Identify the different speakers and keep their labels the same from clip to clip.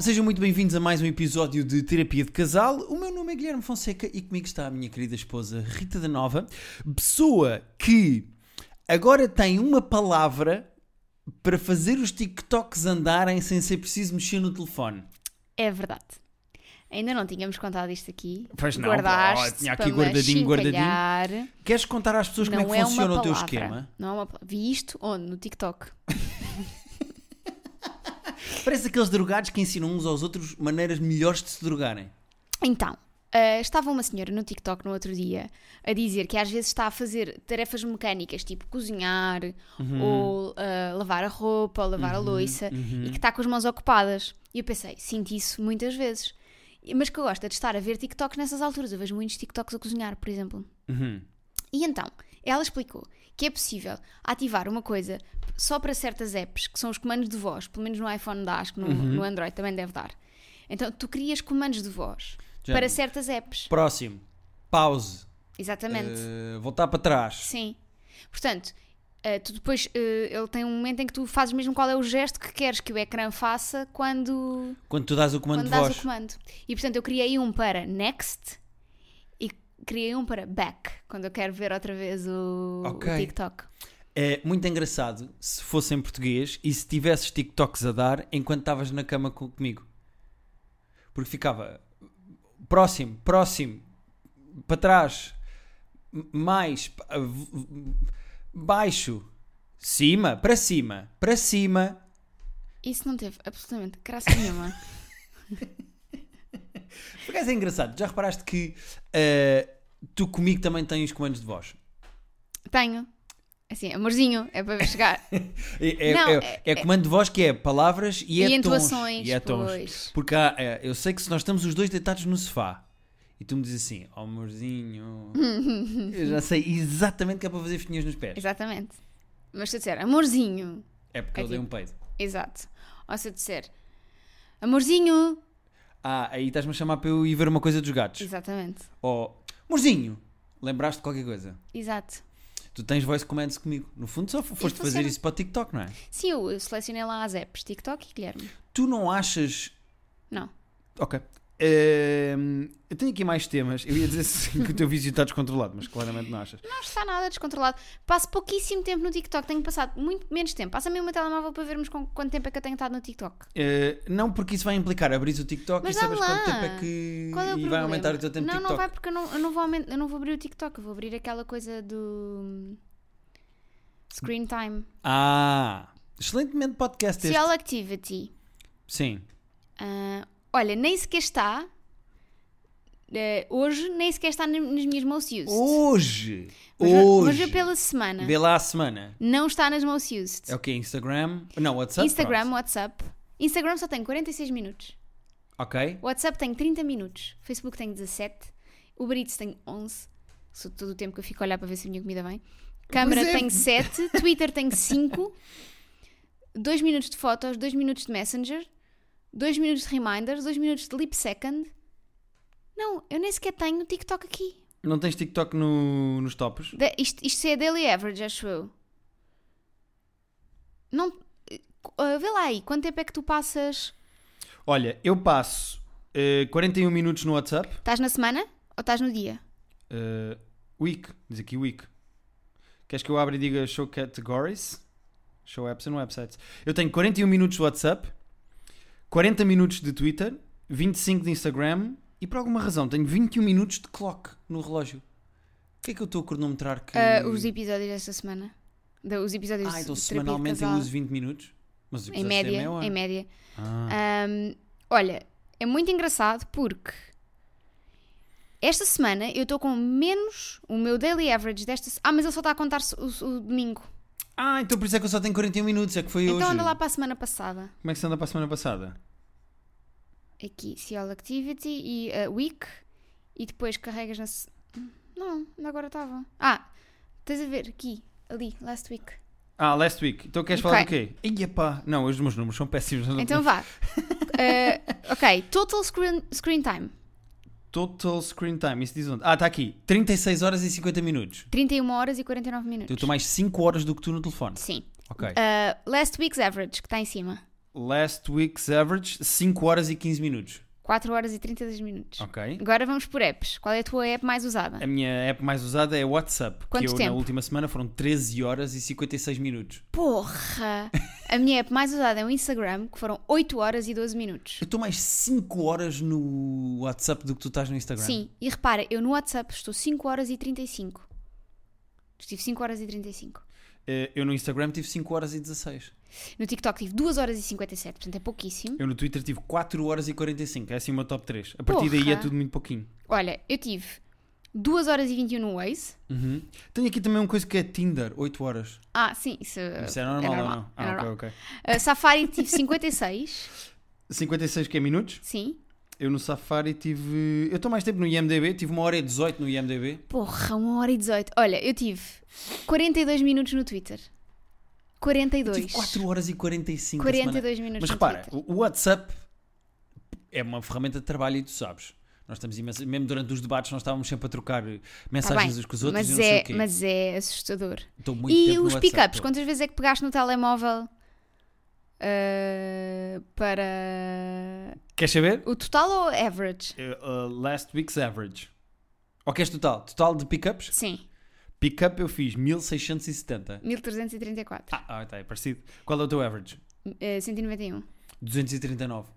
Speaker 1: sejam muito bem-vindos a mais um episódio de Terapia de Casal. O meu nome é Guilherme Fonseca e comigo está a minha querida esposa Rita da Nova, pessoa que agora tem uma palavra para fazer os TikToks andarem sem ser preciso mexer no telefone.
Speaker 2: É verdade. Ainda não tínhamos contado isto aqui.
Speaker 1: Pois não,
Speaker 2: Guardaste
Speaker 1: pá, tinha aqui
Speaker 2: para
Speaker 1: guardadinho,
Speaker 2: me achincalhar.
Speaker 1: Queres contar às pessoas como é
Speaker 2: Não
Speaker 1: que
Speaker 2: é uma
Speaker 1: funciona o teu
Speaker 2: palavra.
Speaker 1: esquema?
Speaker 2: Não é uma pala- Vi isto onde? No TikTok.
Speaker 1: Parece aqueles drogados que ensinam uns aos outros maneiras melhores de se drogarem.
Speaker 2: Então, ah, estava uma senhora no TikTok no outro dia a dizer que às vezes está a fazer tarefas mecânicas, tipo cozinhar
Speaker 1: Uhum.
Speaker 2: ou ah, lavar a roupa, ou lavar a louça,
Speaker 1: uhum.
Speaker 2: e que está com as mãos ocupadas. E eu pensei, sinto isso muitas vezes. E- Mas que eu gosto é de estar a ver TikToks nessas alturas. Eu vejo muitos TikToks a cozinhar, por exemplo.
Speaker 1: Uhum.
Speaker 2: E então, ela explicou que é possível ativar uma coisa só para certas apps, que são os comandos de voz, pelo menos no iPhone dá, acho que no,
Speaker 1: Uhum.
Speaker 2: no Android também deve dar. Então, tu crias comandos de voz
Speaker 1: Já.
Speaker 2: para certas apps.
Speaker 1: Próximo. Pause.
Speaker 2: Exatamente.
Speaker 1: Eh, voltar para trás.
Speaker 2: Sim. Portanto, eh, tu depois, eh, ele tem um momento em que tu fazes mesmo qual é o gesto que queres que o ecrã faça quando,
Speaker 1: Quando tu dás o comando
Speaker 2: quando
Speaker 1: de
Speaker 2: dás
Speaker 1: voz.
Speaker 2: o comando. E portanto, eu criei um para next e criei um para back, quando eu quero ver outra vez o, o
Speaker 1: Ok.
Speaker 2: TikTok.
Speaker 1: É muito engraçado se fosse em português e se tivesses TikToks a dar enquanto estavas na cama co- comigo. Porque ficava próximo, próximo, para trás, m- mais, pa- ah, v- v- baixo, cima, para cima, para cima.
Speaker 2: Isso não teve absolutamente graça nenhuma.
Speaker 1: Por acaso é engraçado, já reparaste que eh, tu comigo também tens comandos de voz?
Speaker 2: Tenho. Assim, amorzinho, é para ver chegar.
Speaker 1: É, é-
Speaker 2: Não,
Speaker 1: é-
Speaker 2: é-
Speaker 1: é comando de voz que é palavras e,
Speaker 2: E
Speaker 1: é tons.
Speaker 2: entoações,
Speaker 1: E é tons.
Speaker 2: pois.
Speaker 1: Porque há, é, eu sei que se nós estamos os dois deitados no sofá e tu me dizes assim, oh, amorzinho, eu já sei exatamente que é para fazer fininhas nos pés.
Speaker 2: Exatamente. Mas se eu disser amorzinho,
Speaker 1: É porque eu
Speaker 2: Aqui.
Speaker 1: dei um peido.
Speaker 2: exato. Ou se eu disser amorzinho,
Speaker 1: Ah, aí estás-me a chamar para eu ir ver uma coisa dos gatos.
Speaker 2: exatamente.
Speaker 1: Ou, amorzinho, lembraste de qualquer coisa?
Speaker 2: Exato.
Speaker 1: Tu tens voice commands comigo. No fundo, só fo- foste fazer
Speaker 2: funciona.
Speaker 1: isso para o TikTok, não é?
Speaker 2: Sim, eu eu selecionei lá as apps, TikTok e Guilherme.
Speaker 1: Tu não achas
Speaker 2: Não.
Speaker 1: Ok. Ehm, eu tenho aqui mais temas. Eu ia dizer sim, que o teu vício está descontrolado, mas claramente não achas.
Speaker 2: Não está nada descontrolado. Passo pouquíssimo tempo no TikTok, tenho passado muito menos tempo. Passa-me o meu telemóvel para vermos com quanto tempo é que eu tenho estado no TikTok.
Speaker 1: Eh, não porque isso vai implicar abrir o TikTok
Speaker 2: Mas
Speaker 1: e sabes
Speaker 2: dá lá.
Speaker 1: quanto tempo é que.
Speaker 2: Qual é o
Speaker 1: e vai
Speaker 2: problema?
Speaker 1: aumentar o teu tempo
Speaker 2: não,
Speaker 1: de TikTok.
Speaker 2: Não, vai porque eu não, eu não vou aumentar, eu não vou abrir o TikTok, eu vou abrir aquela coisa do screen time.
Speaker 1: Ah! Excelentemente podcast este.
Speaker 2: Social activity.
Speaker 1: Sim.
Speaker 2: Ah, olha, nem sequer está eh, hoje, nem sequer está nas nas minhas most used.
Speaker 1: Hoje!
Speaker 2: mas, vê- mas
Speaker 1: hoje!
Speaker 2: vê é- pela semana.
Speaker 1: Vê lá a semana.
Speaker 2: Não está nas most used.
Speaker 1: É o quê? Instagram? Não, WhatsApp?
Speaker 2: Instagram,
Speaker 1: Pronto.
Speaker 2: WhatsApp. Instagram só tem 46 minutos.
Speaker 1: Ok.
Speaker 2: WhatsApp tem 30 minutos. Facebook tem 17. Uber Eats tem 11. Sou todo o tempo que eu fico a olhar para ver se a minha comida vem. Câmara
Speaker 1: Pois é.
Speaker 2: tem 7. Twitter tem 5. 2 minutos de fotos, 2 minutos de Messenger, 2 minutos de reminders, 2 minutos de lip second. Não, eu nem sequer tenho TikTok aqui.
Speaker 1: Não tens TikTok no- nos tops?
Speaker 2: Da- isto, isto é daily average, acho eu. Não, eh, vê lá aí, quanto tempo é que tu passas?
Speaker 1: Olha, eu passo eh, 41 minutos no WhatsApp.
Speaker 2: Estás na semana ou estás no dia?
Speaker 1: Uh, week, diz aqui week. Queres que eu abra e diga show categories? Show apps and websites. Eu tenho 41 minutos de WhatsApp, 40 minutos de Twitter, 25 de Instagram e por alguma razão tenho 21 minutos de clock no relógio. O que é que eu estou a cronometrar que.
Speaker 2: Ah, os episódios desta semana. Da- os episódios
Speaker 1: ah, então
Speaker 2: de terapia
Speaker 1: semanalmente
Speaker 2: de
Speaker 1: eu
Speaker 2: casal,
Speaker 1: uso 20 minutos. Mas os
Speaker 2: em
Speaker 1: episódios têm
Speaker 2: média,
Speaker 1: é meia hora.
Speaker 2: em média.
Speaker 1: Ah,
Speaker 2: Ahm, olha, é muito engraçado porque esta semana eu estou com menos o meu daily average desta se- Ah, mas ele só está a contar o, o domingo.
Speaker 1: Ah, então por isso é que eu só tenho 41 minutos, é que foi hoje.
Speaker 2: Então anda lá para a semana passada.
Speaker 1: Como é que se anda para a semana passada?
Speaker 2: Aqui, Social Activity e ah, Week. E depois carregas na. se- Hum, Não, ainda agora estava. Ah, estás a ver aqui, ali, last week.
Speaker 1: Ah, last week. Então queres falar do quê? Ia pá. Não, hoje os meus números são péssimos. não
Speaker 2: Então vá. Ah, ok, total screen, screen time.
Speaker 1: Total screen time, isso diz onde? Ah, está aqui. 36 horas e 50 minutos.
Speaker 2: 31 horas e 49
Speaker 1: Eu
Speaker 2: minutos.
Speaker 1: estou mais 5 horas do que tu no telefone.
Speaker 2: Sim.
Speaker 1: Ok.
Speaker 2: Ah, last week's average, que está em cima.
Speaker 1: Last week's average, 5 horas e 15 minutos.
Speaker 2: 4 horas e 32 minutos.
Speaker 1: Ok. É.
Speaker 2: Agora vamos por apps. Qual é a tua app mais usada?
Speaker 1: A minha app mais usada é WhatsApp,
Speaker 2: Quanto
Speaker 1: que eu
Speaker 2: tempo?
Speaker 1: na última semana foram 13 horas e 56 minutos.
Speaker 2: Porra! A minha app mais usada é o Instagram, que foram 8 horas e 12 minutos.
Speaker 1: Eu estou mais 5 horas no WhatsApp do que tu estás no Instagram.
Speaker 2: Sim, e repara, eu no WhatsApp estou 5 horas e 35. Estive 5 horas e 35.
Speaker 1: Eh, Eu no Instagram tive 5 horas e 16.
Speaker 2: No TikTok tive 2 horas e 57, portanto é pouquíssimo.
Speaker 1: Eu no Twitter tive 4 horas e 45. É assim o meu top 3. A partir daí
Speaker 2: Porra.
Speaker 1: é tudo muito pouquinho.
Speaker 2: Olha, eu tive 2 horas e 21 no Waze.
Speaker 1: Uhum. Tenho aqui também uma coisa que é Tinder, 8 horas.
Speaker 2: Ah, sim, isso,
Speaker 1: Isso é normal,
Speaker 2: é
Speaker 1: ou
Speaker 2: normal.
Speaker 1: não?
Speaker 2: é
Speaker 1: Ah,
Speaker 2: normal.
Speaker 1: ok, ok.
Speaker 2: Ah, Safari tive 56,
Speaker 1: 56 que é minutos.
Speaker 2: sim.
Speaker 1: Eu no Safari tive. Eu estou mais tempo no IMDB, tive 1 hora e 18 no IMDB.
Speaker 2: Porra, 1 hora e 18. Olha, eu tive 42 minutos no Twitter. 42.
Speaker 1: Tive 4 horas e 45 a semana
Speaker 2: 42 minutos
Speaker 1: Mas
Speaker 2: no
Speaker 1: repara,
Speaker 2: Twitter.
Speaker 1: o o WhatsApp é uma ferramenta de trabalho e tu sabes. Nós estamos imenso, mesmo durante os debates, nós estávamos sempre a trocar eh,
Speaker 2: Tá
Speaker 1: mensagens
Speaker 2: bem,
Speaker 1: uns com os outros e
Speaker 2: mas,
Speaker 1: não sei
Speaker 2: é,
Speaker 1: o quê.
Speaker 2: mas é assustador.
Speaker 1: Estou muito
Speaker 2: E
Speaker 1: tempo no
Speaker 2: os
Speaker 1: WhatsApp,
Speaker 2: pick-ups,
Speaker 1: tô.
Speaker 2: quantas vezes é que pegaste no telemóvel ah, para
Speaker 1: Queres saber?
Speaker 2: o total ou average?
Speaker 1: Eh, uh, last week's average. Ou queres total? Total de pickups?
Speaker 2: Sim,
Speaker 1: Pickup eu fiz 1670.
Speaker 2: 1334,
Speaker 1: Ah, ah, tá, é parecido. Qual é o teu average?
Speaker 2: eh, 191.
Speaker 1: 239.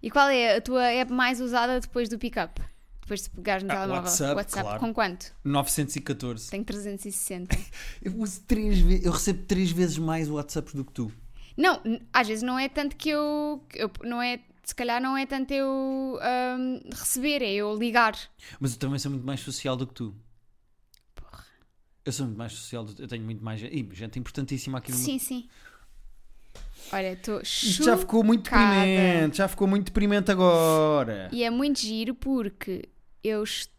Speaker 2: E qual é a tua app mais usada depois do pick-up? Depois de pegares no
Speaker 1: Ah,
Speaker 2: telemóvel?
Speaker 1: WhatsApp, claro.
Speaker 2: com quanto?
Speaker 1: 914.
Speaker 2: Tenho 360.
Speaker 1: Eu uso três vezes, eu recebo três vezes mais WhatsApps do que tu.
Speaker 2: não, n- às vezes não é tanto que eu, que eu- não é, se calhar não é tanto eu ahm, receber, é eu ligar.
Speaker 1: Mas eu também sou muito mais social do que tu. Eu sou muito mais social, do- eu tenho muito mais gente, Ih, gente importantíssima aqui no mundo.
Speaker 2: Sim, sim. Olha, estou
Speaker 1: Isto já ficou muito
Speaker 2: chocada.
Speaker 1: deprimente, já ficou muito deprimente agora.
Speaker 2: E é muito giro porque eu. est-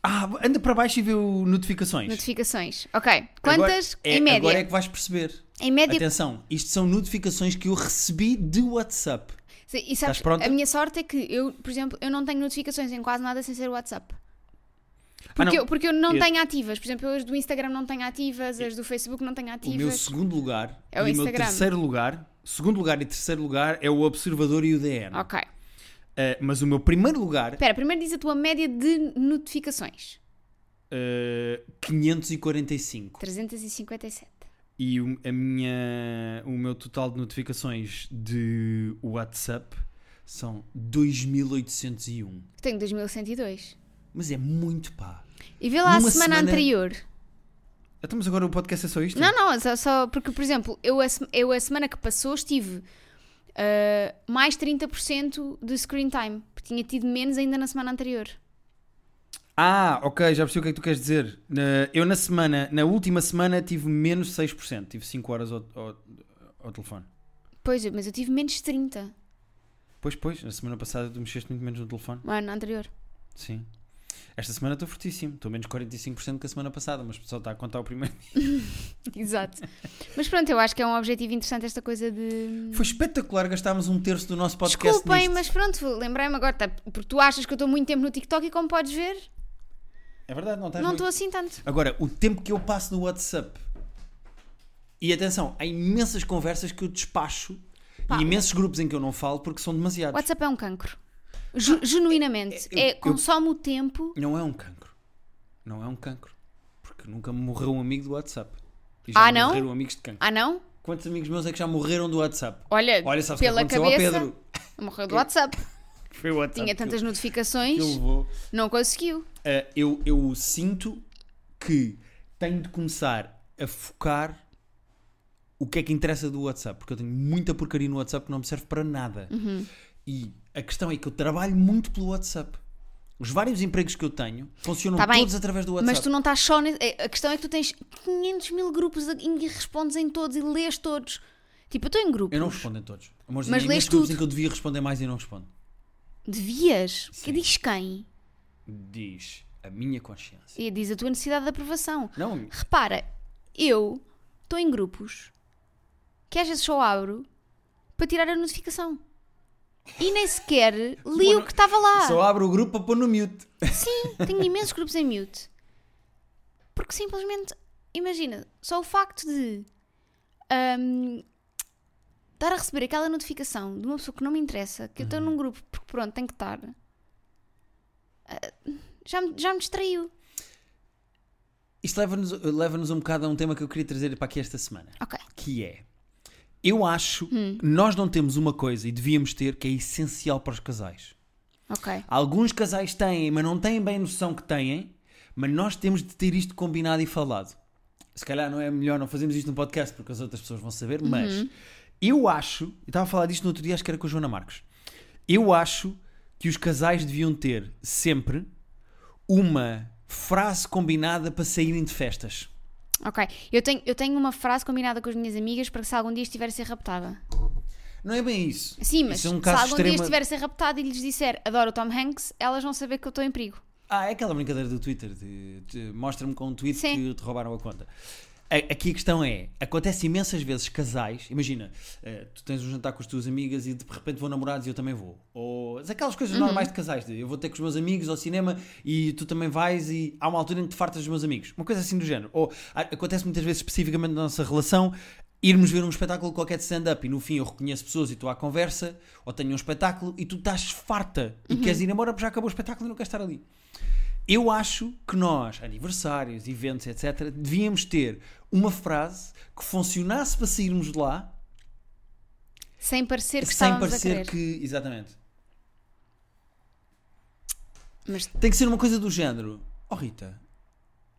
Speaker 1: Ah, anda para baixo e vê o notificações.
Speaker 2: Notificações. Ok. Quantas?
Speaker 1: Agora- é-
Speaker 2: em média.
Speaker 1: Agora é que vais perceber.
Speaker 2: Em média.
Speaker 1: Atenção, isto são notificações que eu recebi de WhatsApp.
Speaker 2: Sim, E sabes,
Speaker 1: Estás pronta?
Speaker 2: a minha sorte é que eu, por exemplo, eu não tenho notificações em quase nada sem ser o WhatsApp. Porque,
Speaker 1: não.
Speaker 2: Eu, porque eu não
Speaker 1: Eu-
Speaker 2: tenho ativas. Por exemplo, eu as do Instagram não tenho ativas, as do Facebook não tenho
Speaker 1: O meu
Speaker 2: ativas.
Speaker 1: segundo lugar
Speaker 2: É o
Speaker 1: e o meu
Speaker 2: Instagram.
Speaker 1: terceiro lugar, segundo lugar e terceiro lugar é o Observador e o DN.
Speaker 2: Ok.
Speaker 1: Eh, mas o meu primeiro lugar,
Speaker 2: Espera, primeiro diz a tua média de notificações:
Speaker 1: eh, 545.
Speaker 2: 357.
Speaker 1: E o, a minha, o meu total de notificações de WhatsApp são 2801.
Speaker 2: Eu tenho 2102.
Speaker 1: Mas é muito pá.
Speaker 2: E vê lá
Speaker 1: Numa
Speaker 2: a semana,
Speaker 1: semana-
Speaker 2: anterior.
Speaker 1: Então, mas agora o podcast é só isto?
Speaker 2: Não, não, só, só porque, por exemplo, eu a, se- eu a semana que passou estive ah, mais 30% de screen time, porque tinha tido menos ainda na semana anterior.
Speaker 1: Ah, ok, já percebi o que é que tu queres dizer. Na- eu na semana, na última semana tive menos 6%, tive 5 horas ao, ao- ao telefone.
Speaker 2: Pois, mas eu tive menos 30
Speaker 1: Pois, pois, na semana passada tu mexeste muito menos no telefone.
Speaker 2: no ano anterior.
Speaker 1: Sim. Esta semana estou fortíssimo, estou menos 45% que a semana passada, mas só está a contar o primeiro.
Speaker 2: Exato. mas pronto, eu acho que é um objetivo interessante esta coisa de.
Speaker 1: Foi espetacular gastarmos um terço do nosso podcast
Speaker 2: Hum. Desculpem,
Speaker 1: nisto.
Speaker 2: mas pronto, lembrei-me agora, tá, porque tu achas que eu estou muito tempo no TikTok e como podes ver,
Speaker 1: É verdade, não estás
Speaker 2: não
Speaker 1: muito-
Speaker 2: estou assim tanto.
Speaker 1: Agora, o tempo que eu passo no WhatsApp. E atenção, há imensas conversas que eu despacho
Speaker 2: Pá,
Speaker 1: e imensos grupos em que eu não falo porque são demasiados.
Speaker 2: WhatsApp é um cancro. Ge-
Speaker 1: Ah,
Speaker 2: genuinamente.
Speaker 1: eu-
Speaker 2: É,
Speaker 1: eu-
Speaker 2: consome o tempo.
Speaker 1: Não é um cancro. Não é um cancro. Porque nunca me morreu um amigo do WhatsApp. E
Speaker 2: Ah, não?
Speaker 1: morreram amigos de cancro.
Speaker 2: Ah, não?
Speaker 1: Quantos amigos meus é que já morreram do WhatsApp?
Speaker 2: Olha,
Speaker 1: Olha, sabes o que
Speaker 2: pela
Speaker 1: aconteceu
Speaker 2: cabeça.
Speaker 1: ao Pedro?
Speaker 2: Morreu do WhatsApp.
Speaker 1: Foi o WhatsApp.
Speaker 2: Tinha tantas notificações,
Speaker 1: que ele levou.
Speaker 2: não conseguiu.
Speaker 1: Ah, eu, eu sinto que tenho de começar a focar o que é que interessa do WhatsApp, porque eu tenho muita porcaria no WhatsApp que não me serve para nada.
Speaker 2: Uhum.
Speaker 1: E a questão é que eu trabalho muito pelo WhatsApp. Os vários empregos que eu tenho funcionam
Speaker 2: Tá bem,
Speaker 1: todos através do WhatsApp.
Speaker 2: Mas tu não estás só. ne- é, A questão é que tu tens 500 mil grupos a- e respondes em todos e lês todos. Tipo, eu estou em grupos.
Speaker 1: Eu não respondo em todos. Amores,
Speaker 2: Mas
Speaker 1: mas
Speaker 2: lês
Speaker 1: lês grupos
Speaker 2: tudo.
Speaker 1: em que eu devia responder mais e não respondo.
Speaker 2: Devias. Que
Speaker 1: Sim.
Speaker 2: diz quem?
Speaker 1: Diz a minha consciência.
Speaker 2: E diz a tua necessidade de aprovação.
Speaker 1: Não,
Speaker 2: Repara, eu estou em grupos que às vezes só abro para tirar a notificação. E nem sequer li o que estava lá.
Speaker 1: só abro o grupo para pôr no mute.
Speaker 2: Sim, tenho imensos grupos em mute. Porque simplesmente, imagina, só o facto de ahm, hum, estar a receber aquela notificação de uma pessoa que não me interessa, que eu
Speaker 1: Uhum.
Speaker 2: estou num grupo, porque pronto, tenho que estar, ah, já, me- já me distraiu.
Speaker 1: Isto leva-nos leva um bocado a um tema que eu queria trazer para aqui esta semana.
Speaker 2: Ok.
Speaker 1: Que é. Eu acho que nós não temos uma coisa e devíamos ter que é essencial para os casais.
Speaker 2: Ok.
Speaker 1: Alguns casais têm, mas não têm bem noção que têm, mas nós temos de ter isto combinado e falado. Se calhar não é melhor não fazermos isto no podcast porque as outras pessoas vão saber,
Speaker 2: Uhum.
Speaker 1: mas eu acho, eu estava a falar disto no outro dia, acho que era com a Joana Marcos. Eu acho que os casais deviam ter sempre uma frase combinada para saírem de festas.
Speaker 2: Ok. Eu tenho, eu tenho uma frase combinada com as minhas amigas para que se algum dia estiver a ser raptada.
Speaker 1: Não é bem isso.
Speaker 2: Sim, mas
Speaker 1: Isso é um
Speaker 2: se
Speaker 1: caso
Speaker 2: algum dia
Speaker 1: extrema-
Speaker 2: estiver a ser raptada e lhes disser adoro o Tom Hanks, elas vão saber que eu estou em perigo.
Speaker 1: Ah, é aquela brincadeira do Twitter de, de mostra-me com um tweet
Speaker 2: Sim.
Speaker 1: que te roubaram a conta. A- Aqui a questão é, acontece imensas vezes casais, imagina, eh, tu tens um jantar com as tuas amigas e de repente vão namorados e eu também vou. Ou aquelas coisas normais de casais, de eu vou ter com os meus amigos ao cinema e tu também vais e há uma altura em que te fartas dos meus amigos. Uma coisa assim do género. Ou a- acontece muitas vezes especificamente na nossa relação irmos ver um espetáculo qualquer de stand-up e no fim eu reconheço pessoas e estou à conversa ou tenho um espetáculo e tu estás farta e queres ir embora porque já acabou o espetáculo e não queres estar ali. Eu acho que nós, aniversários, eventos, etc., devíamos ter uma frase que funcionasse para sairmos de lá
Speaker 2: Sem parecer É que
Speaker 1: sem
Speaker 2: estávamos a
Speaker 1: parecer
Speaker 2: querer.
Speaker 1: que. Exatamente.
Speaker 2: Mas
Speaker 1: Tem que ser uma coisa do género. Oh Rita,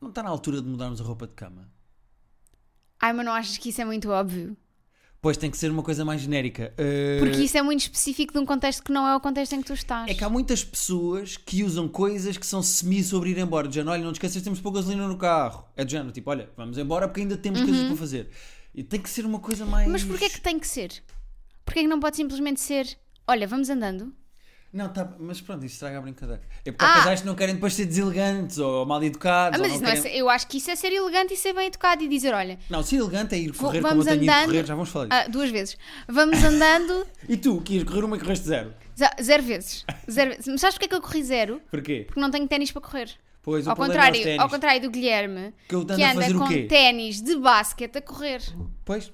Speaker 1: não está na altura de mudarmos a roupa de cama?
Speaker 2: Ai, mas não achas que isso é muito óbvio?
Speaker 1: Pois tem que ser uma coisa mais genérica. Eh,
Speaker 2: Porque isso é muito específico de um contexto que não é o contexto em que tu estás.
Speaker 1: É que há muitas pessoas que usam coisas que são semi sobre ir embora. Do género, olha, não te esqueças, temos pouca gasolina no carro. É do género, tipo, olha, vamos embora porque ainda temos coisas para fazer. E tem que ser uma coisa mais.
Speaker 2: Uhum. Mas porquê é que tem que ser? Porquê é que não pode simplesmente ser olha, vamos andando?
Speaker 1: Não, tá, mas pronto, isso estraga a brincadeira. É porque há
Speaker 2: Ah!
Speaker 1: casais que não querem depois ser deselegantes ou mal
Speaker 2: Ah,
Speaker 1: educados. ou
Speaker 2: mas
Speaker 1: não
Speaker 2: isso não é
Speaker 1: querem-
Speaker 2: ser- eu acho que isso é ser elegante e ser bem educado e dizer olha,
Speaker 1: Não, ser elegante é ir correr
Speaker 2: vamos
Speaker 1: como eu tenho ido
Speaker 2: andando.
Speaker 1: correr, já vamos falar disso.
Speaker 2: ah, duas vezes, vamos andando
Speaker 1: E tu, que ias correr uma e correste zero.
Speaker 2: ze- zero vezes. Zero vezes. Mas sabes porquê é que eu corri zero?
Speaker 1: Porquê?
Speaker 2: Porque não tenho ténis para correr.
Speaker 1: Pois, o
Speaker 2: Ao
Speaker 1: problema é os
Speaker 2: contrário,
Speaker 1: ténis.
Speaker 2: ao contrário do Guilherme,
Speaker 1: Que eu ando
Speaker 2: que
Speaker 1: a
Speaker 2: anda
Speaker 1: fazer o quê?
Speaker 2: com ténis de basquete a correr.
Speaker 1: Pois,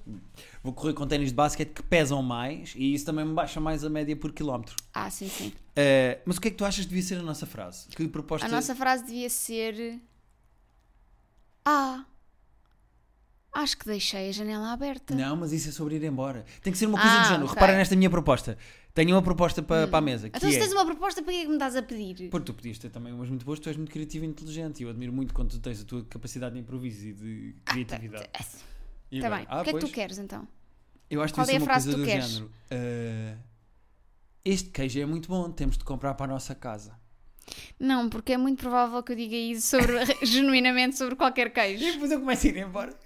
Speaker 1: vou correr com ténis de basquete que pesam mais e isso também me baixa mais a média por quilómetro.
Speaker 2: Ah, sim, sim.
Speaker 1: Eh, mas o que é que tu achas que devia ser a nossa frase? Que proposta... é-
Speaker 2: A nossa frase devia ser. Ah, acho que deixei a janela aberta.
Speaker 1: Não, mas isso é sobre ir embora. Tem que ser uma coisa
Speaker 2: Ah,
Speaker 1: do género.
Speaker 2: ok.
Speaker 1: Repara nesta minha proposta. Tenho uma proposta para, para a mesa. Que
Speaker 2: então, se
Speaker 1: é...
Speaker 2: tens uma proposta, para que é que me estás a pedir?
Speaker 1: Porque tu podias ter também umas muito boas, tu és muito criativo e inteligente. E eu admiro muito quando tu tens a tua capacidade de improviso e de
Speaker 2: Ah, tá,
Speaker 1: criatividade.
Speaker 2: Está
Speaker 1: E agora?
Speaker 2: é
Speaker 1: Ah,
Speaker 2: bem. o que é que
Speaker 1: pois.
Speaker 2: tu queres então?
Speaker 1: Eu acho que
Speaker 2: Qual
Speaker 1: isso é
Speaker 2: é a
Speaker 1: uma
Speaker 2: frase
Speaker 1: coisa
Speaker 2: que
Speaker 1: do
Speaker 2: tu queres?
Speaker 1: género. "Ah, este queijo é muito bom, temos de comprar para a nossa casa.
Speaker 2: Não, porque é muito provável que eu diga isso sobre- genuinamente sobre qualquer
Speaker 1: E
Speaker 2: queijo.
Speaker 1: depois eu começo a ir embora.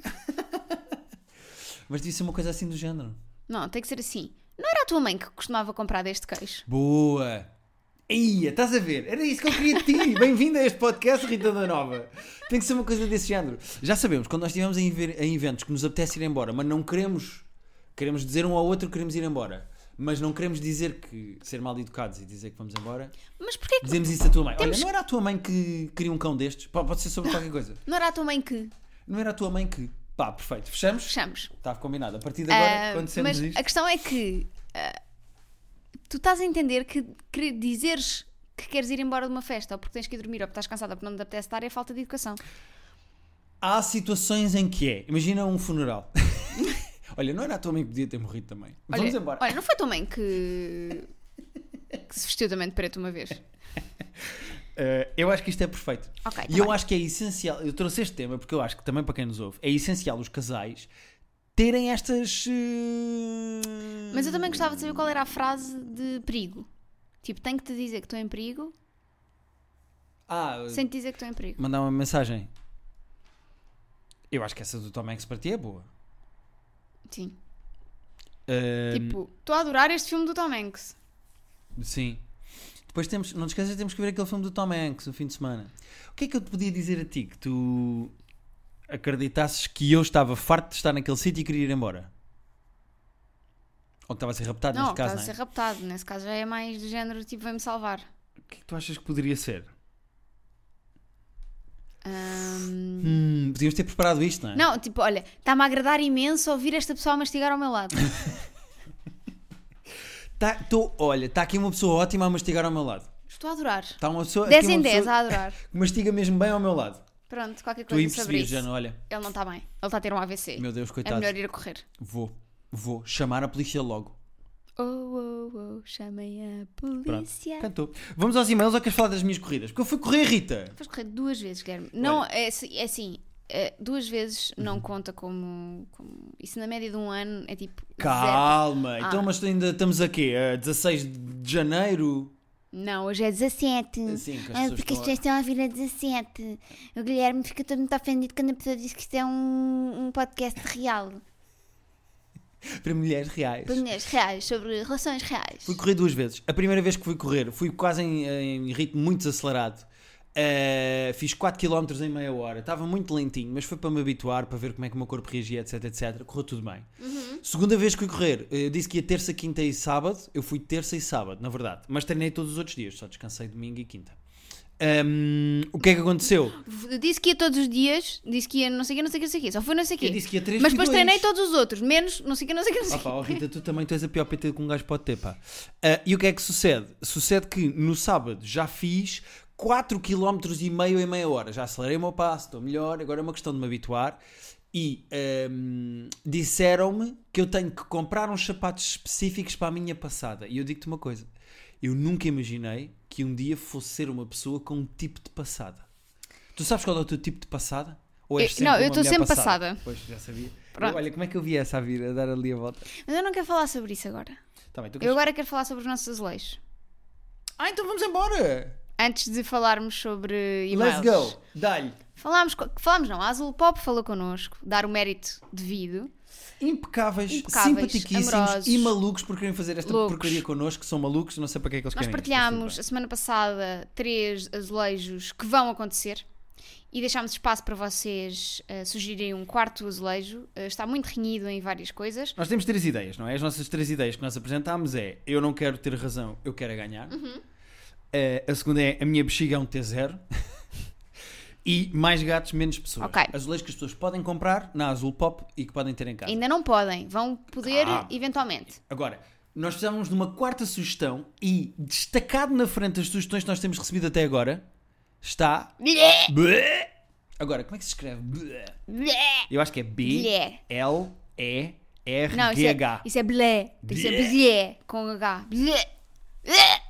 Speaker 1: Mas devia ser uma coisa assim do género.
Speaker 2: Não, tem que ser assim. Não era a tua mãe que costumava comprar deste queijo?
Speaker 1: Boa! Ia, estás a ver? Era isso que eu queria de ti. Bem-vindo a este podcast, Rita da Nova. Tem que ser uma coisa desse género. Já sabemos, quando nós estivemos em, ver- em eventos que nos apetece ir embora, mas não queremos. Queremos dizer um ao outro que queremos ir embora. Mas não queremos dizer que. ser mal educados e dizer que vamos embora.
Speaker 2: Mas porquê que.
Speaker 1: Dizemos isso à tua mãe.
Speaker 2: Temos-
Speaker 1: Olha, não era a tua mãe que queria um cão destes? Pá, pode ser sobre qualquer coisa.
Speaker 2: Não era a tua mãe que.
Speaker 1: Não era a tua mãe que. Pá, perfeito. Fechamos?
Speaker 2: Fechamos.
Speaker 1: Está combinado. A partir de agora,
Speaker 2: Ah,
Speaker 1: quando dissermos
Speaker 2: mas
Speaker 1: isto.
Speaker 2: a questão é que ah, tu estás a entender que querer dizeres que queres ir embora de uma festa ou porque tens que ir dormir ou porque estás cansada ou porque não te apetece estar é falta de educação.
Speaker 1: Há situações em que é. Imagina um funeral. Olha, não era a tua mãe que podia ter morrido também.
Speaker 2: Olha,
Speaker 1: Vamos embora.
Speaker 2: Olha, não foi tua mãe que, que se vestiu também de preto uma vez.
Speaker 1: Eh, eu acho que isto é perfeito.
Speaker 2: Ok, tá
Speaker 1: e eu
Speaker 2: bem.
Speaker 1: acho que é essencial. Eu trouxe este tema porque eu acho que também para quem nos ouve é essencial os casais terem estas. eh,
Speaker 2: Mas eu também gostava de saber qual era a frase de perigo. Tipo, tenho que te dizer que estou em perigo
Speaker 1: Ah,
Speaker 2: sem te dizer que estou em perigo.
Speaker 1: mandar uma mensagem. Eu acho que essa do Tom Hanks para ti é boa.
Speaker 2: Sim.
Speaker 1: Eh,
Speaker 2: Tipo, estou a adorar este filme do Tom Hanks.
Speaker 1: Sim. Depois temos, não te esqueças, temos que ver aquele filme do Tom Hanks no fim de semana. O que é que eu te podia dizer a ti que tu acreditasses que eu estava farto de estar naquele sítio e queria ir embora? Ou que estava a ser raptado
Speaker 2: Não,
Speaker 1: neste
Speaker 2: estás
Speaker 1: caso,
Speaker 2: a
Speaker 1: não é?
Speaker 2: ser raptado. Nesse caso já é mais do género tipo, vem-me salvar.
Speaker 1: O que é que tu achas que poderia ser?
Speaker 2: Ahm,
Speaker 1: Hum, podíamos ter preparado isto, não é?
Speaker 2: Não, tipo, olha, está-me a agradar imenso ouvir esta pessoa a mastigar ao meu lado.
Speaker 1: Tá, tô, olha, está aqui uma pessoa ótima a mastigar ao meu lado.
Speaker 2: Estou a adorar.
Speaker 1: Está uma pessoa.
Speaker 2: 10
Speaker 1: aqui uma
Speaker 2: em 10
Speaker 1: pessoa
Speaker 2: a adorar.
Speaker 1: que mastiga mesmo bem ao meu lado.
Speaker 2: Pronto, qualquer
Speaker 1: Tu aí
Speaker 2: coisa sobre
Speaker 1: percebias,
Speaker 2: isso.
Speaker 1: Jana, olha.
Speaker 2: Ele não está bem. Ele está a ter um AVC.
Speaker 1: Meu Deus,
Speaker 2: é
Speaker 1: coitado.
Speaker 2: melhor ir a correr.
Speaker 1: Vou, vou chamar a polícia logo.
Speaker 2: Oh, oh, oh, chamem a
Speaker 1: Pronto,
Speaker 2: polícia.
Speaker 1: cantou. Vamos aos e-mails ou queres falar das minhas corridas? Porque eu fui correr, Rita.
Speaker 2: Vais correr duas vezes, Guilherme. Não, é, assi- é assim, é, duas vezes
Speaker 1: Uhum.
Speaker 2: não conta como, como- Isso na média de um ano é tipo. zero.
Speaker 1: Calma,
Speaker 2: Ah.
Speaker 1: então mas ainda estamos a quê? A 16 de janeiro?
Speaker 2: Não, hoje é 17.
Speaker 1: Sim, que as
Speaker 2: Ah,
Speaker 1: pessoas
Speaker 2: porque
Speaker 1: estão
Speaker 2: as
Speaker 1: a-
Speaker 2: pessoas estão a vir a 17. O Guilherme fica todo muito ofendido quando a pessoa diz que isto é um, um podcast real.
Speaker 1: Para mulheres reais.
Speaker 2: é Para mulheres reais, sobre relações reais.
Speaker 1: Fui correr duas vezes. A primeira vez que fui correr, fui quase em, em ritmo muito acelerado. Eh, fiz 4km em meia hora. Estava muito lentinho, mas foi para me habituar, para ver como é que o meu corpo reagia, etc, etc. Correu tudo bem. Segunda vez que fui correr, eh, eu disse que ia terça, quinta e sábado. Eu fui terça e sábado, na verdade. Mas treinei todos os outros dias, só descansei domingo e quinta. Ahm, o que é que aconteceu?
Speaker 2: Disse que ia todos os dias, disse que ia não sei o que, não sei o que, não sei o que. Só fui não sei o
Speaker 1: Eu
Speaker 2: que.
Speaker 1: disse que ia três
Speaker 2: Mas
Speaker 1: e
Speaker 2: depois
Speaker 1: dois.
Speaker 2: treinei todos os outros, menos não sei o que, não sei o que, não sei
Speaker 1: Ah
Speaker 2: o
Speaker 1: pá,
Speaker 2: quê.
Speaker 1: oh Rita, tu também tu és a pior PT que um gajo pode ter, pá. Ah, e o que é que sucede? Sucede que no sábado já fiz 4,5 km e meio em meia hora. Já acelerei o meu passo, estou melhor, agora é uma questão de me habituar. E ahm, disseram-me que eu tenho que comprar uns sapatos específicos para a minha passada. E eu digo-te uma coisa, eu nunca imaginei que um dia fosse ser uma pessoa com um tipo de passada. Tu sabes qual é o teu tipo de passada? Ou
Speaker 2: Eu- não,
Speaker 1: uma
Speaker 2: eu estou
Speaker 1: mulher
Speaker 2: sempre passada.
Speaker 1: Pois, já sabia. Eu-
Speaker 2: Pronto.
Speaker 1: olha, como é que eu vi essa a vir, a dar ali a volta?
Speaker 2: Mas eu não quero falar sobre isso agora.
Speaker 1: Tá bem, tu
Speaker 2: Eu
Speaker 1: queres-
Speaker 2: agora quero falar sobre os nossos azulejos.
Speaker 1: Ah, então vamos embora!
Speaker 2: Antes de falarmos sobre e-mails.
Speaker 1: Let's go! Dá-lhe!
Speaker 2: Falámos, co- falámos não, a Azul Pop falou connosco, dar o mérito devido.
Speaker 1: Impecáveis,
Speaker 2: Impecáveis,
Speaker 1: simpaticíssimos
Speaker 2: amorosos.
Speaker 1: e malucos por querem fazer esta
Speaker 2: Loucos.
Speaker 1: porcaria connosco, são malucos, não sei para que é que eles
Speaker 2: Nós
Speaker 1: querem. isto,
Speaker 2: partilhámos a
Speaker 1: mas
Speaker 2: semana passada três azulejos que vão acontecer e deixámos espaço para vocês eh, sugerirem um quarto azulejo. Eh, está muito renhido em várias coisas.
Speaker 1: tudo bem. Nós temos três ideias, não é? As nossas três ideias que nós apresentámos é eu não quero ter razão, eu quero é ganhar.
Speaker 2: Uhum.
Speaker 1: Eh, a segunda é a minha bexiga é um T0. e mais gatos, menos pessoas.
Speaker 2: Ok.
Speaker 1: Azulejos que as pessoas podem comprar na Azul Pop e que podem ter em casa.
Speaker 2: Ainda não podem, vão poder
Speaker 1: Ah.
Speaker 2: eventualmente.
Speaker 1: Agora, nós precisávamos de uma quarta sugestão e destacado na frente das sugestões que nós temos recebido até agora está.
Speaker 2: Blé,
Speaker 1: Blé. Agora, como é que se escreve? Blé.
Speaker 2: blé,
Speaker 1: Eu acho que é B
Speaker 2: blé.
Speaker 1: L E R
Speaker 2: Não, isso
Speaker 1: G
Speaker 2: é,
Speaker 1: H.
Speaker 2: isso é blé. Tem que ser
Speaker 1: Blé.
Speaker 2: blé com H. Blé, blé.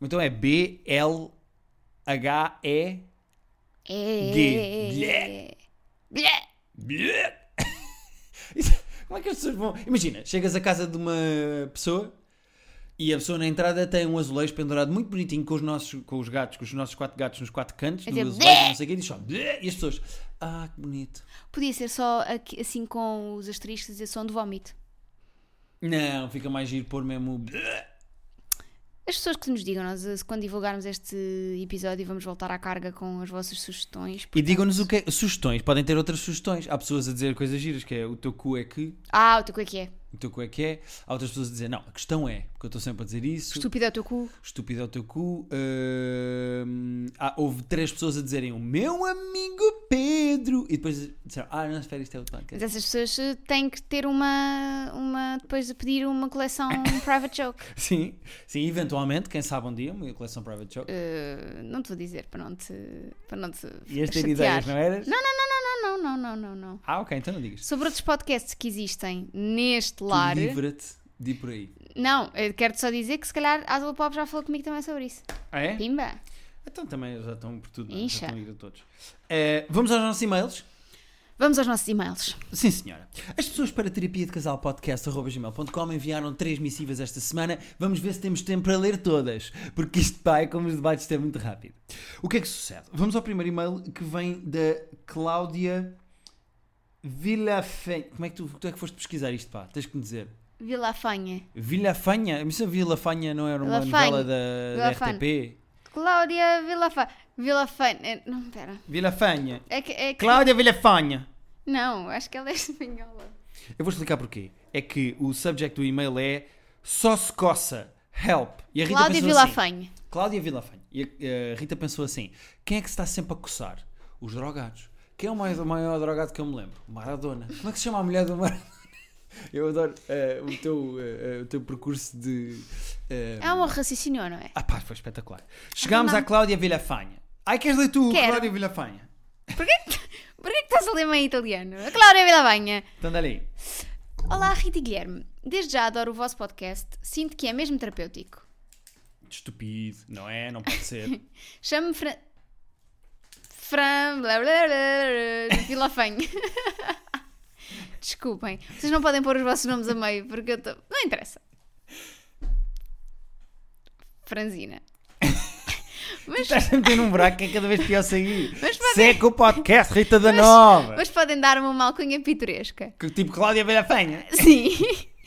Speaker 1: Então é B L H E Blé.
Speaker 2: É. Blé.
Speaker 1: Blé. Isso- Como é que as pessoas vão? Imagina, chegas à casa de uma pessoa e a pessoa na entrada tem um azulejo pendurado muito bonitinho com os nossos, com os gatos, com os nossos quatro gatos nos quatro cantos do
Speaker 2: Mas é
Speaker 1: azulejo,
Speaker 2: blé.
Speaker 1: não sei o quê, e diz só blé, e as pessoas, ah, que bonito.
Speaker 2: Podia ser só aqui- assim com os asteriscos dizer som de vómito.
Speaker 1: Não, fica mais giro pôr mesmo o blé.
Speaker 2: As pessoas que nos digam, nós eh, quando divulgarmos este episódio vamos voltar à carga com as vossas sugestões.
Speaker 1: E
Speaker 2: portanto-
Speaker 1: digam-nos o que é, sugestões, podem ter outras sugestões. Há pessoas a dizer coisas giras, que é o teu cu é que,
Speaker 2: Ah, o teu cu é que é?
Speaker 1: o teu cu é que é. Há outras pessoas a dizer, não, a questão é, porque eu estou sempre a dizer isso.
Speaker 2: Estúpido é o teu cu.
Speaker 1: Estúpido é o teu cu. Ahm, ah, houve três pessoas a dizerem o meu amigo Pedro. E depois disseram, ah, não, espera, isto é o
Speaker 2: Mas
Speaker 1: podcast.
Speaker 2: essas pessoas eh, têm que ter uma. uma depois de pedir uma coleção um private joke.
Speaker 1: Sim, sim, eventualmente, quem sabe um dia, uma coleção private joke.
Speaker 2: Eh, não te vou dizer para não te. para não te.
Speaker 1: E este ter
Speaker 2: chatear.
Speaker 1: ideias, não eras?
Speaker 2: Não, não, não, não, não.
Speaker 1: Ah, ok, então não digas.
Speaker 2: Sobre outros podcasts que existem neste
Speaker 1: Tu
Speaker 2: lar.
Speaker 1: Livra-te de ir por aí.
Speaker 2: Não, eu quero só dizer que se calhar a Azul Pop já falou comigo também sobre isso.
Speaker 1: Ah, é?
Speaker 2: Pimba!
Speaker 1: Então também já estão por tudo, não é?
Speaker 2: Incha.
Speaker 1: já estão a ir a todos. Eh, vamos aos nossos e-mails?
Speaker 2: Vamos aos nossos e-mails.
Speaker 1: Sim, senhora. As pessoas para terapia de casal podcast.gmail.com enviaram três missivas esta semana. Vamos ver se temos tempo para ler todas, porque isto, pá, é como os debates, isto é muito rápido. O que é que sucede? Vamos ao primeiro e-mail que vem da Cláudia Vilafanha. Como é que tu, tu é que foste pesquisar isto, pá? Tens que me dizer.
Speaker 2: Vila Fanha.
Speaker 1: Vilafanha? A missão Vilafanha não era uma
Speaker 2: Vilafanha.
Speaker 1: novela da, da
Speaker 2: Vilafanha.
Speaker 1: RTP?
Speaker 2: Cláudia Vila Fanha. Vila Fanha. Não, pera.
Speaker 1: Vilafanha.
Speaker 2: É que, é que-
Speaker 1: Cláudia Vilafanha.
Speaker 2: Não, acho que ela é espanhola.
Speaker 1: Eu vou explicar porquê. É que o subject do e-mail é só se coça, help. E a Rita
Speaker 2: Cláudia
Speaker 1: pensou
Speaker 2: Vila
Speaker 1: assim,
Speaker 2: Fanha.
Speaker 1: Cláudia Vilafanha. E a, a Rita pensou assim: quem é que se está sempre a coçar? Os drogados. Quem é o maior, o maior drogado que eu me lembro? Maradona. Como é que se chama a mulher do Maradona?
Speaker 3: Eu adoro eh, o, teu, eh, o teu percurso de. eh,
Speaker 2: É um raciocínio, não é?
Speaker 1: Ah pá, foi espetacular. Chegámos à Cláudia Vilhafanha. Ai, queres ler tu,
Speaker 2: Quero.
Speaker 1: Cláudia Vilhafanha?
Speaker 2: Porquê que, porquê que estás a ler meio italiano? A Cláudia Vilabanha.
Speaker 1: Então dá aí.
Speaker 2: Olá, Rita e Guilherme. Desde já adoro o vosso podcast. Sinto que é mesmo terapêutico.
Speaker 1: Estupido, não é? Não pode ser.
Speaker 2: Chamo-me Fran... Fran... Blá, blá, blá, blá, Vilafanho. Desculpem. Vocês não podem pôr os vossos nomes a meio, porque eu estou... Não interessa. Franzina. Mas,
Speaker 1: Estás a meter num buraco que é cada vez pior sair.
Speaker 2: Mas podem-
Speaker 1: Seca o podcast, Rita da Nova.
Speaker 2: mas podem dar-me uma alcunha pitoresca.
Speaker 1: Que Tipo Cláudia Vilhafanha.
Speaker 2: Sim.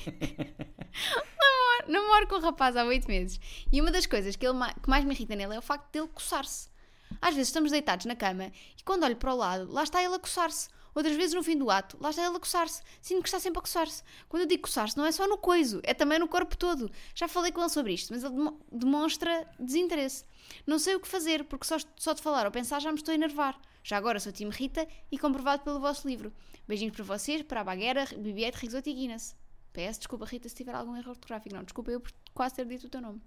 Speaker 2: namoro, namoro com o rapaz há oito meses. E uma das coisas que, ele ma- que mais me irrita nele é o facto dele coçar-se. Às vezes estamos deitados na cama e quando olho para o lado, lá está ele a coçar-se. Outras vezes no fim do ato, lá está ele a coçar-se. Sinto que está sempre a coçar-se. Quando eu digo coçar-se, não é só no coiso, é também no corpo todo. Já falei com ele sobre isto, mas ele demo- demonstra desinteresse. Não sei o que fazer, porque só, só de falar ou pensar já me estou a enervar. Já agora sou time Rita e comprovado pelo vosso livro. Beijinhos para vocês, para a Baguera, Bibiete, Risoto e Guinness. PS, desculpa Rita se tiver algum erro ortográfico. Não, desculpa eu por quase ter dito o teu nome.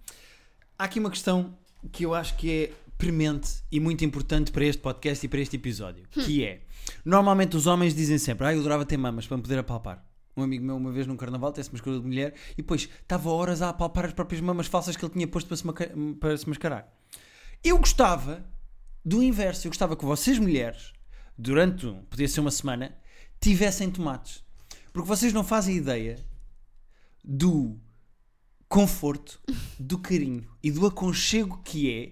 Speaker 1: Há aqui uma questão que eu acho que é premente e muito importante para este podcast e para este episódio,
Speaker 2: Hum.
Speaker 1: que é, normalmente os homens dizem sempre, ah, eu adorava ter mamas para me poder apalpar. Um amigo meu, uma vez num carnaval, teve-se uma de mulher e depois estava horas a apalpar as próprias mamas falsas que ele tinha posto para se, maca- para se mascarar. Eu gostava do inverso, eu gostava que vocês mulheres, durante, um- podia ser uma semana, tivessem tomates. Porque vocês não fazem ideia do conforto, do carinho e do aconchego que é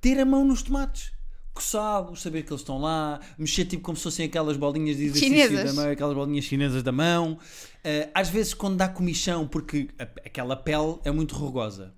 Speaker 1: ter a mão nos tomates. Coçá-los, saber que eles estão lá, mexer tipo como se fossem aquelas bolinhas de exercício
Speaker 2: Chinesas.
Speaker 1: da mão, aquelas bolinhas chinesas da mão. Ah, às vezes quando dá comichão, porque a- aquela pele é muito rugosa.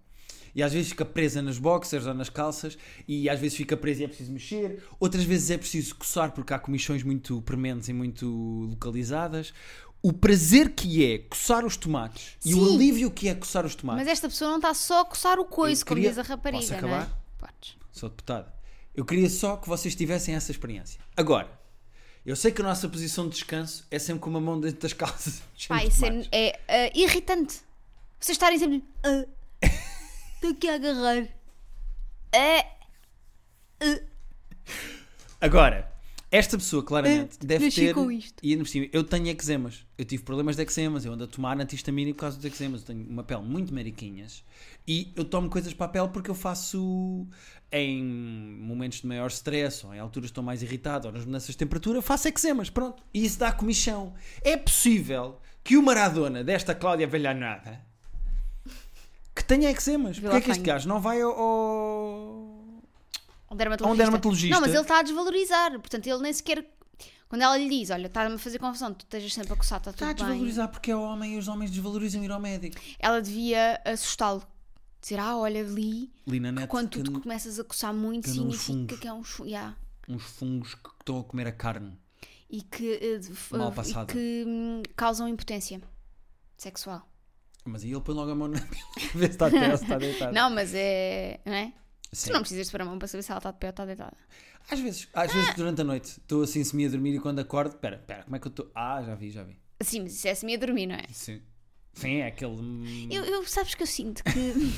Speaker 1: E às vezes fica presa nas boxers ou nas calças, e às vezes fica presa e é preciso mexer, outras vezes é preciso coçar porque há comichões muito prementes e muito localizadas. O prazer que é coçar os tomates e o
Speaker 2: Sim.
Speaker 1: alívio que é coçar os tomates.
Speaker 2: Mas esta pessoa não está só a coçar o coiso,
Speaker 1: Eu queria-
Speaker 2: como diz a rapariga,
Speaker 1: Posso
Speaker 2: não
Speaker 1: acabar?
Speaker 2: é? Podes.
Speaker 1: Sou deputado. Eu queria só que vocês tivessem essa experiência. Agora, eu sei que a nossa posição de descanso é sempre com uma mão dentro das calças. cheia
Speaker 2: Pá,
Speaker 1: de
Speaker 2: isso é,
Speaker 1: tomates.
Speaker 2: é, ah, irritante. Vocês estarem sempre. ah, Estou aqui a agarrar. Ah,
Speaker 1: Agora, esta pessoa claramente
Speaker 2: Eh,
Speaker 1: deve
Speaker 2: nasci
Speaker 1: ter.
Speaker 2: com isto.
Speaker 1: E ainda por cima, eu tenho eczemas. Eu tive problemas de eczemas. Eu ando a tomar antihistamínico por causa dos eczemas. Eu tenho uma pele muito mariquinhas. E eu tomo coisas para a pele porque eu faço em momentos de maior stress, ou em alturas que estou mais irritado, ou nas mudanças de temperatura, eu faço eczemas. Pronto. E isso dá comichão. É possível que o Maradona desta Cláudia Velhanada que tenha eczemas. Porquê é que este
Speaker 2: Vilafanha.
Speaker 1: gajo não vai ao- ao...
Speaker 2: um dermatologista.
Speaker 1: Um dermatologista.
Speaker 2: Não, mas ele está a desvalorizar. Portanto, ele nem sequer. Quando ela lhe diz, olha, está-me a fazer confusão, tu estejas sempre a coçar, está tudo
Speaker 1: Está a
Speaker 2: bem.
Speaker 1: desvalorizar porque é homem e os homens desvalorizam ir ao médico.
Speaker 2: Ela devia assustá-lo. Dizer, ah, olha, li.
Speaker 1: Lina
Speaker 2: que
Speaker 1: Neto,
Speaker 2: Quando tu
Speaker 1: que-
Speaker 2: te começas a coçar muito,
Speaker 1: que não os
Speaker 2: significa
Speaker 1: fungos.
Speaker 2: que é um chu... yeah.
Speaker 1: uns fungos que estão a comer a carne.
Speaker 2: e que, eh, de- f-
Speaker 1: Mal
Speaker 2: e
Speaker 1: passada.
Speaker 2: que, hum, causam impotência sexual.
Speaker 1: Mas aí ele põe logo a mão na vê se está a pé ou se está deitado.
Speaker 2: Não, mas é. Não é?
Speaker 1: Sim.
Speaker 2: Tu não precisas de pôr a mão para saber se ela está de pé ou está deitada.
Speaker 1: Às vezes, às vezes durante a noite estou assim semi a dormir e quando acordo, espera, espera, como é que eu estou? Ah, já vi, já vi.
Speaker 2: Sim, mas isso é assim a dormir, não é?
Speaker 1: Sim. Sim, é aquele. hum,
Speaker 2: Eu, eu- sabes que eu sinto que.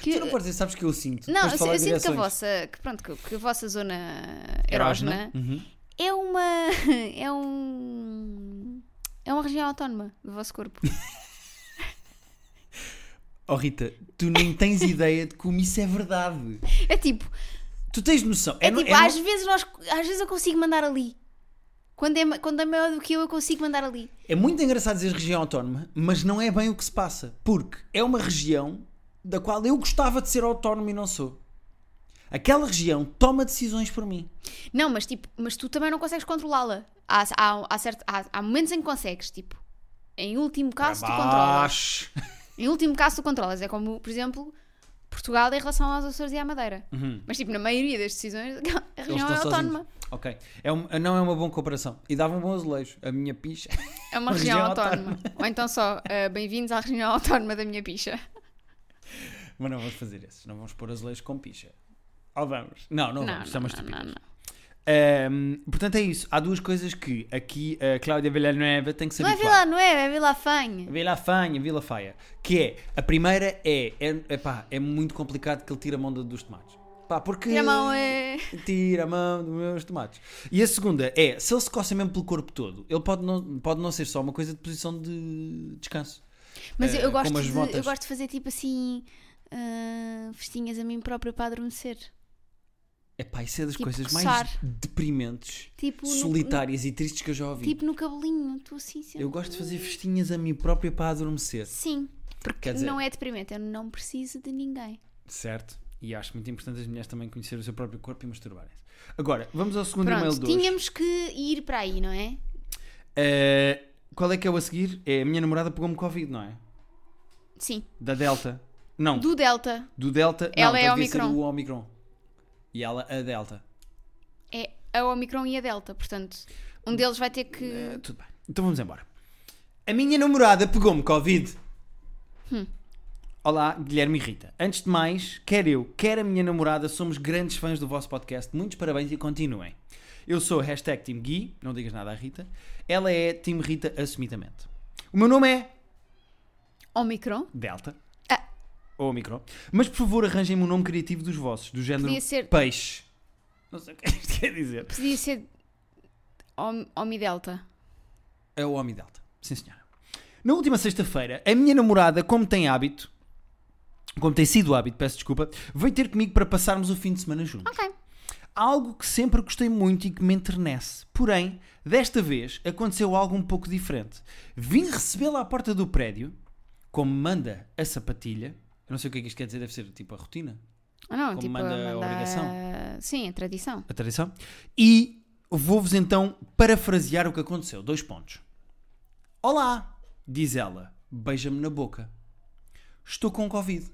Speaker 2: que
Speaker 1: Tu não podes dizer, sabes que eu sinto.
Speaker 2: não,
Speaker 1: Depois de
Speaker 2: eu,
Speaker 1: falar
Speaker 2: eu
Speaker 1: de
Speaker 2: sinto que a
Speaker 1: direções.
Speaker 2: vossa. Que, pronto, que, que a vossa zona
Speaker 1: Erógena.
Speaker 2: erógena
Speaker 1: Uhum.
Speaker 2: é uma. É um. É uma região autónoma do vosso corpo.
Speaker 1: Oh Rita, tu nem tens ideia de como isso é verdade.
Speaker 2: É tipo,
Speaker 1: Tu tens noção.
Speaker 2: É
Speaker 1: no-
Speaker 2: tipo,
Speaker 1: no-
Speaker 2: às, vezes nós, às vezes eu consigo mandar ali. Quando é, ma- quando é maior do que eu, eu consigo mandar ali.
Speaker 1: É muito engraçado dizer região autónoma, mas não é bem o que se passa, porque é uma região da qual eu gostava de ser autónomo e não sou. Aquela região toma decisões por mim.
Speaker 2: Não, mas tipo, mas tu também não consegues controlá-la. Há, há, há, certo- há- há momentos em que consegues, tipo. Em último caso, tu controlas.
Speaker 1: Abaixo.
Speaker 2: Em último caso, tu controlas. É como, por exemplo, Portugal em relação aos Açores e à Madeira. Mas, tipo, na maioria das decisões, a
Speaker 1: Uhum. Eles
Speaker 2: região
Speaker 1: estão
Speaker 2: é autónoma.
Speaker 1: sozinhos. Ok. É um- não é uma boa comparação. E dava um bom azulejo. A minha picha.
Speaker 2: É uma
Speaker 1: Uma
Speaker 2: região,
Speaker 1: região
Speaker 2: autónoma. Ou então só, eh, bem-vindos à região autónoma da minha picha.
Speaker 1: mas não vamos fazer esses. Não vamos pôr azulejos com picha. Ou vamos? Não, não,
Speaker 2: Não,
Speaker 1: vamos. Isso é uma
Speaker 2: não, não,
Speaker 1: estupidez.
Speaker 2: não, não.
Speaker 1: Ahm, portanto, é isso. Há duas coisas que aqui a Cláudia Villanueva tem que
Speaker 2: Não
Speaker 1: saber.
Speaker 2: é Vila Nueva, é Vila Fanha.
Speaker 1: Vila Fanha, Vila Faia. Que é, a primeira é, é, epá, é muito complicado que ele tire a mão dos tomates. Pá, porque...
Speaker 2: Minha mão é.
Speaker 1: Tira a mão dos meus tomates. E a segunda é, se ele se coça mesmo pelo corpo todo, ele pode não, pode não ser só uma coisa de posição de descanso.
Speaker 2: Mas eu-
Speaker 1: Eh,
Speaker 2: eu, gosto
Speaker 1: como as
Speaker 2: de,
Speaker 1: motas.
Speaker 2: eu gosto de fazer tipo assim. ah, festinhas a mim própria para adormecer.
Speaker 1: Epá, isso é das
Speaker 2: Tipo,
Speaker 1: coisas mais
Speaker 2: coçar.
Speaker 1: deprimentes,
Speaker 2: Tipo no-
Speaker 1: solitárias e tristes que eu já ouvi.
Speaker 2: Tipo no cabelinho, tu assim sempre.
Speaker 1: Eu gosto de fazer festinhas a mim própria para adormecer.
Speaker 2: Sim,
Speaker 1: Quer dizer,
Speaker 2: não é deprimente, eu não preciso de ninguém.
Speaker 1: certo. E acho muito importante as mulheres também conhecerem o seu próprio corpo e masturbarem-se. Agora, vamos ao segundo e-mail
Speaker 2: Pronto,
Speaker 1: 2.
Speaker 2: tínhamos que ir para aí, não é?
Speaker 1: Eh, qual é que é o a seguir? É a minha namorada pegou-me Covid, não é?
Speaker 2: Sim.
Speaker 1: Da Delta. Não, do,
Speaker 2: Do Delta.
Speaker 1: Delta.
Speaker 2: Ela
Speaker 1: não,
Speaker 2: é
Speaker 1: então devia ser
Speaker 2: Omicron.
Speaker 1: o Omicron. E ela a Delta.
Speaker 2: É a Omicron e a Delta, portanto. Um deles vai ter que.
Speaker 1: Eh, tudo bem. Então vamos embora. A minha namorada pegou-me Covid.
Speaker 2: Hum.
Speaker 1: Olá, Guilherme e Rita. Antes de mais, quer eu, quer a minha namorada, somos grandes fãs do vosso podcast. Muitos parabéns e continuem. Eu sou hashtag Team Gui, não digas nada à Rita. Ela é Team Rita assumidamente. O meu nome é
Speaker 2: Omicron?
Speaker 1: Delta.
Speaker 2: Ah.
Speaker 1: Ou Omicron. Mas por favor, arranjem-me um nome criativo dos vossos, do género
Speaker 2: Podia ser-
Speaker 1: peixe. Não sei o que isto quer dizer.
Speaker 2: Podia ser. Om- Omidelta.
Speaker 1: É o homem delta. Sim, senhora. Na última sexta-feira, a minha namorada, como tem hábito, como tem sido hábito, peço desculpa, veio ter comigo para passarmos o fim de semana juntos.
Speaker 2: Ok.
Speaker 1: Algo que sempre gostei muito e que me enternece. Porém, desta vez aconteceu algo um pouco diferente. Vim recebê-la à porta do prédio, como manda a sapatilha. Eu não sei o que é que isto quer dizer, deve ser tipo a rotina.
Speaker 2: Ah, não,
Speaker 1: Como
Speaker 2: tipo.
Speaker 1: manda a
Speaker 2: manda-
Speaker 1: obrigação.
Speaker 2: Sim, a tradição.
Speaker 1: a tradição. E vou-vos então parafrasear o que aconteceu. Dois pontos. Olá, diz ela, beija-me na boca. Estou com Covid.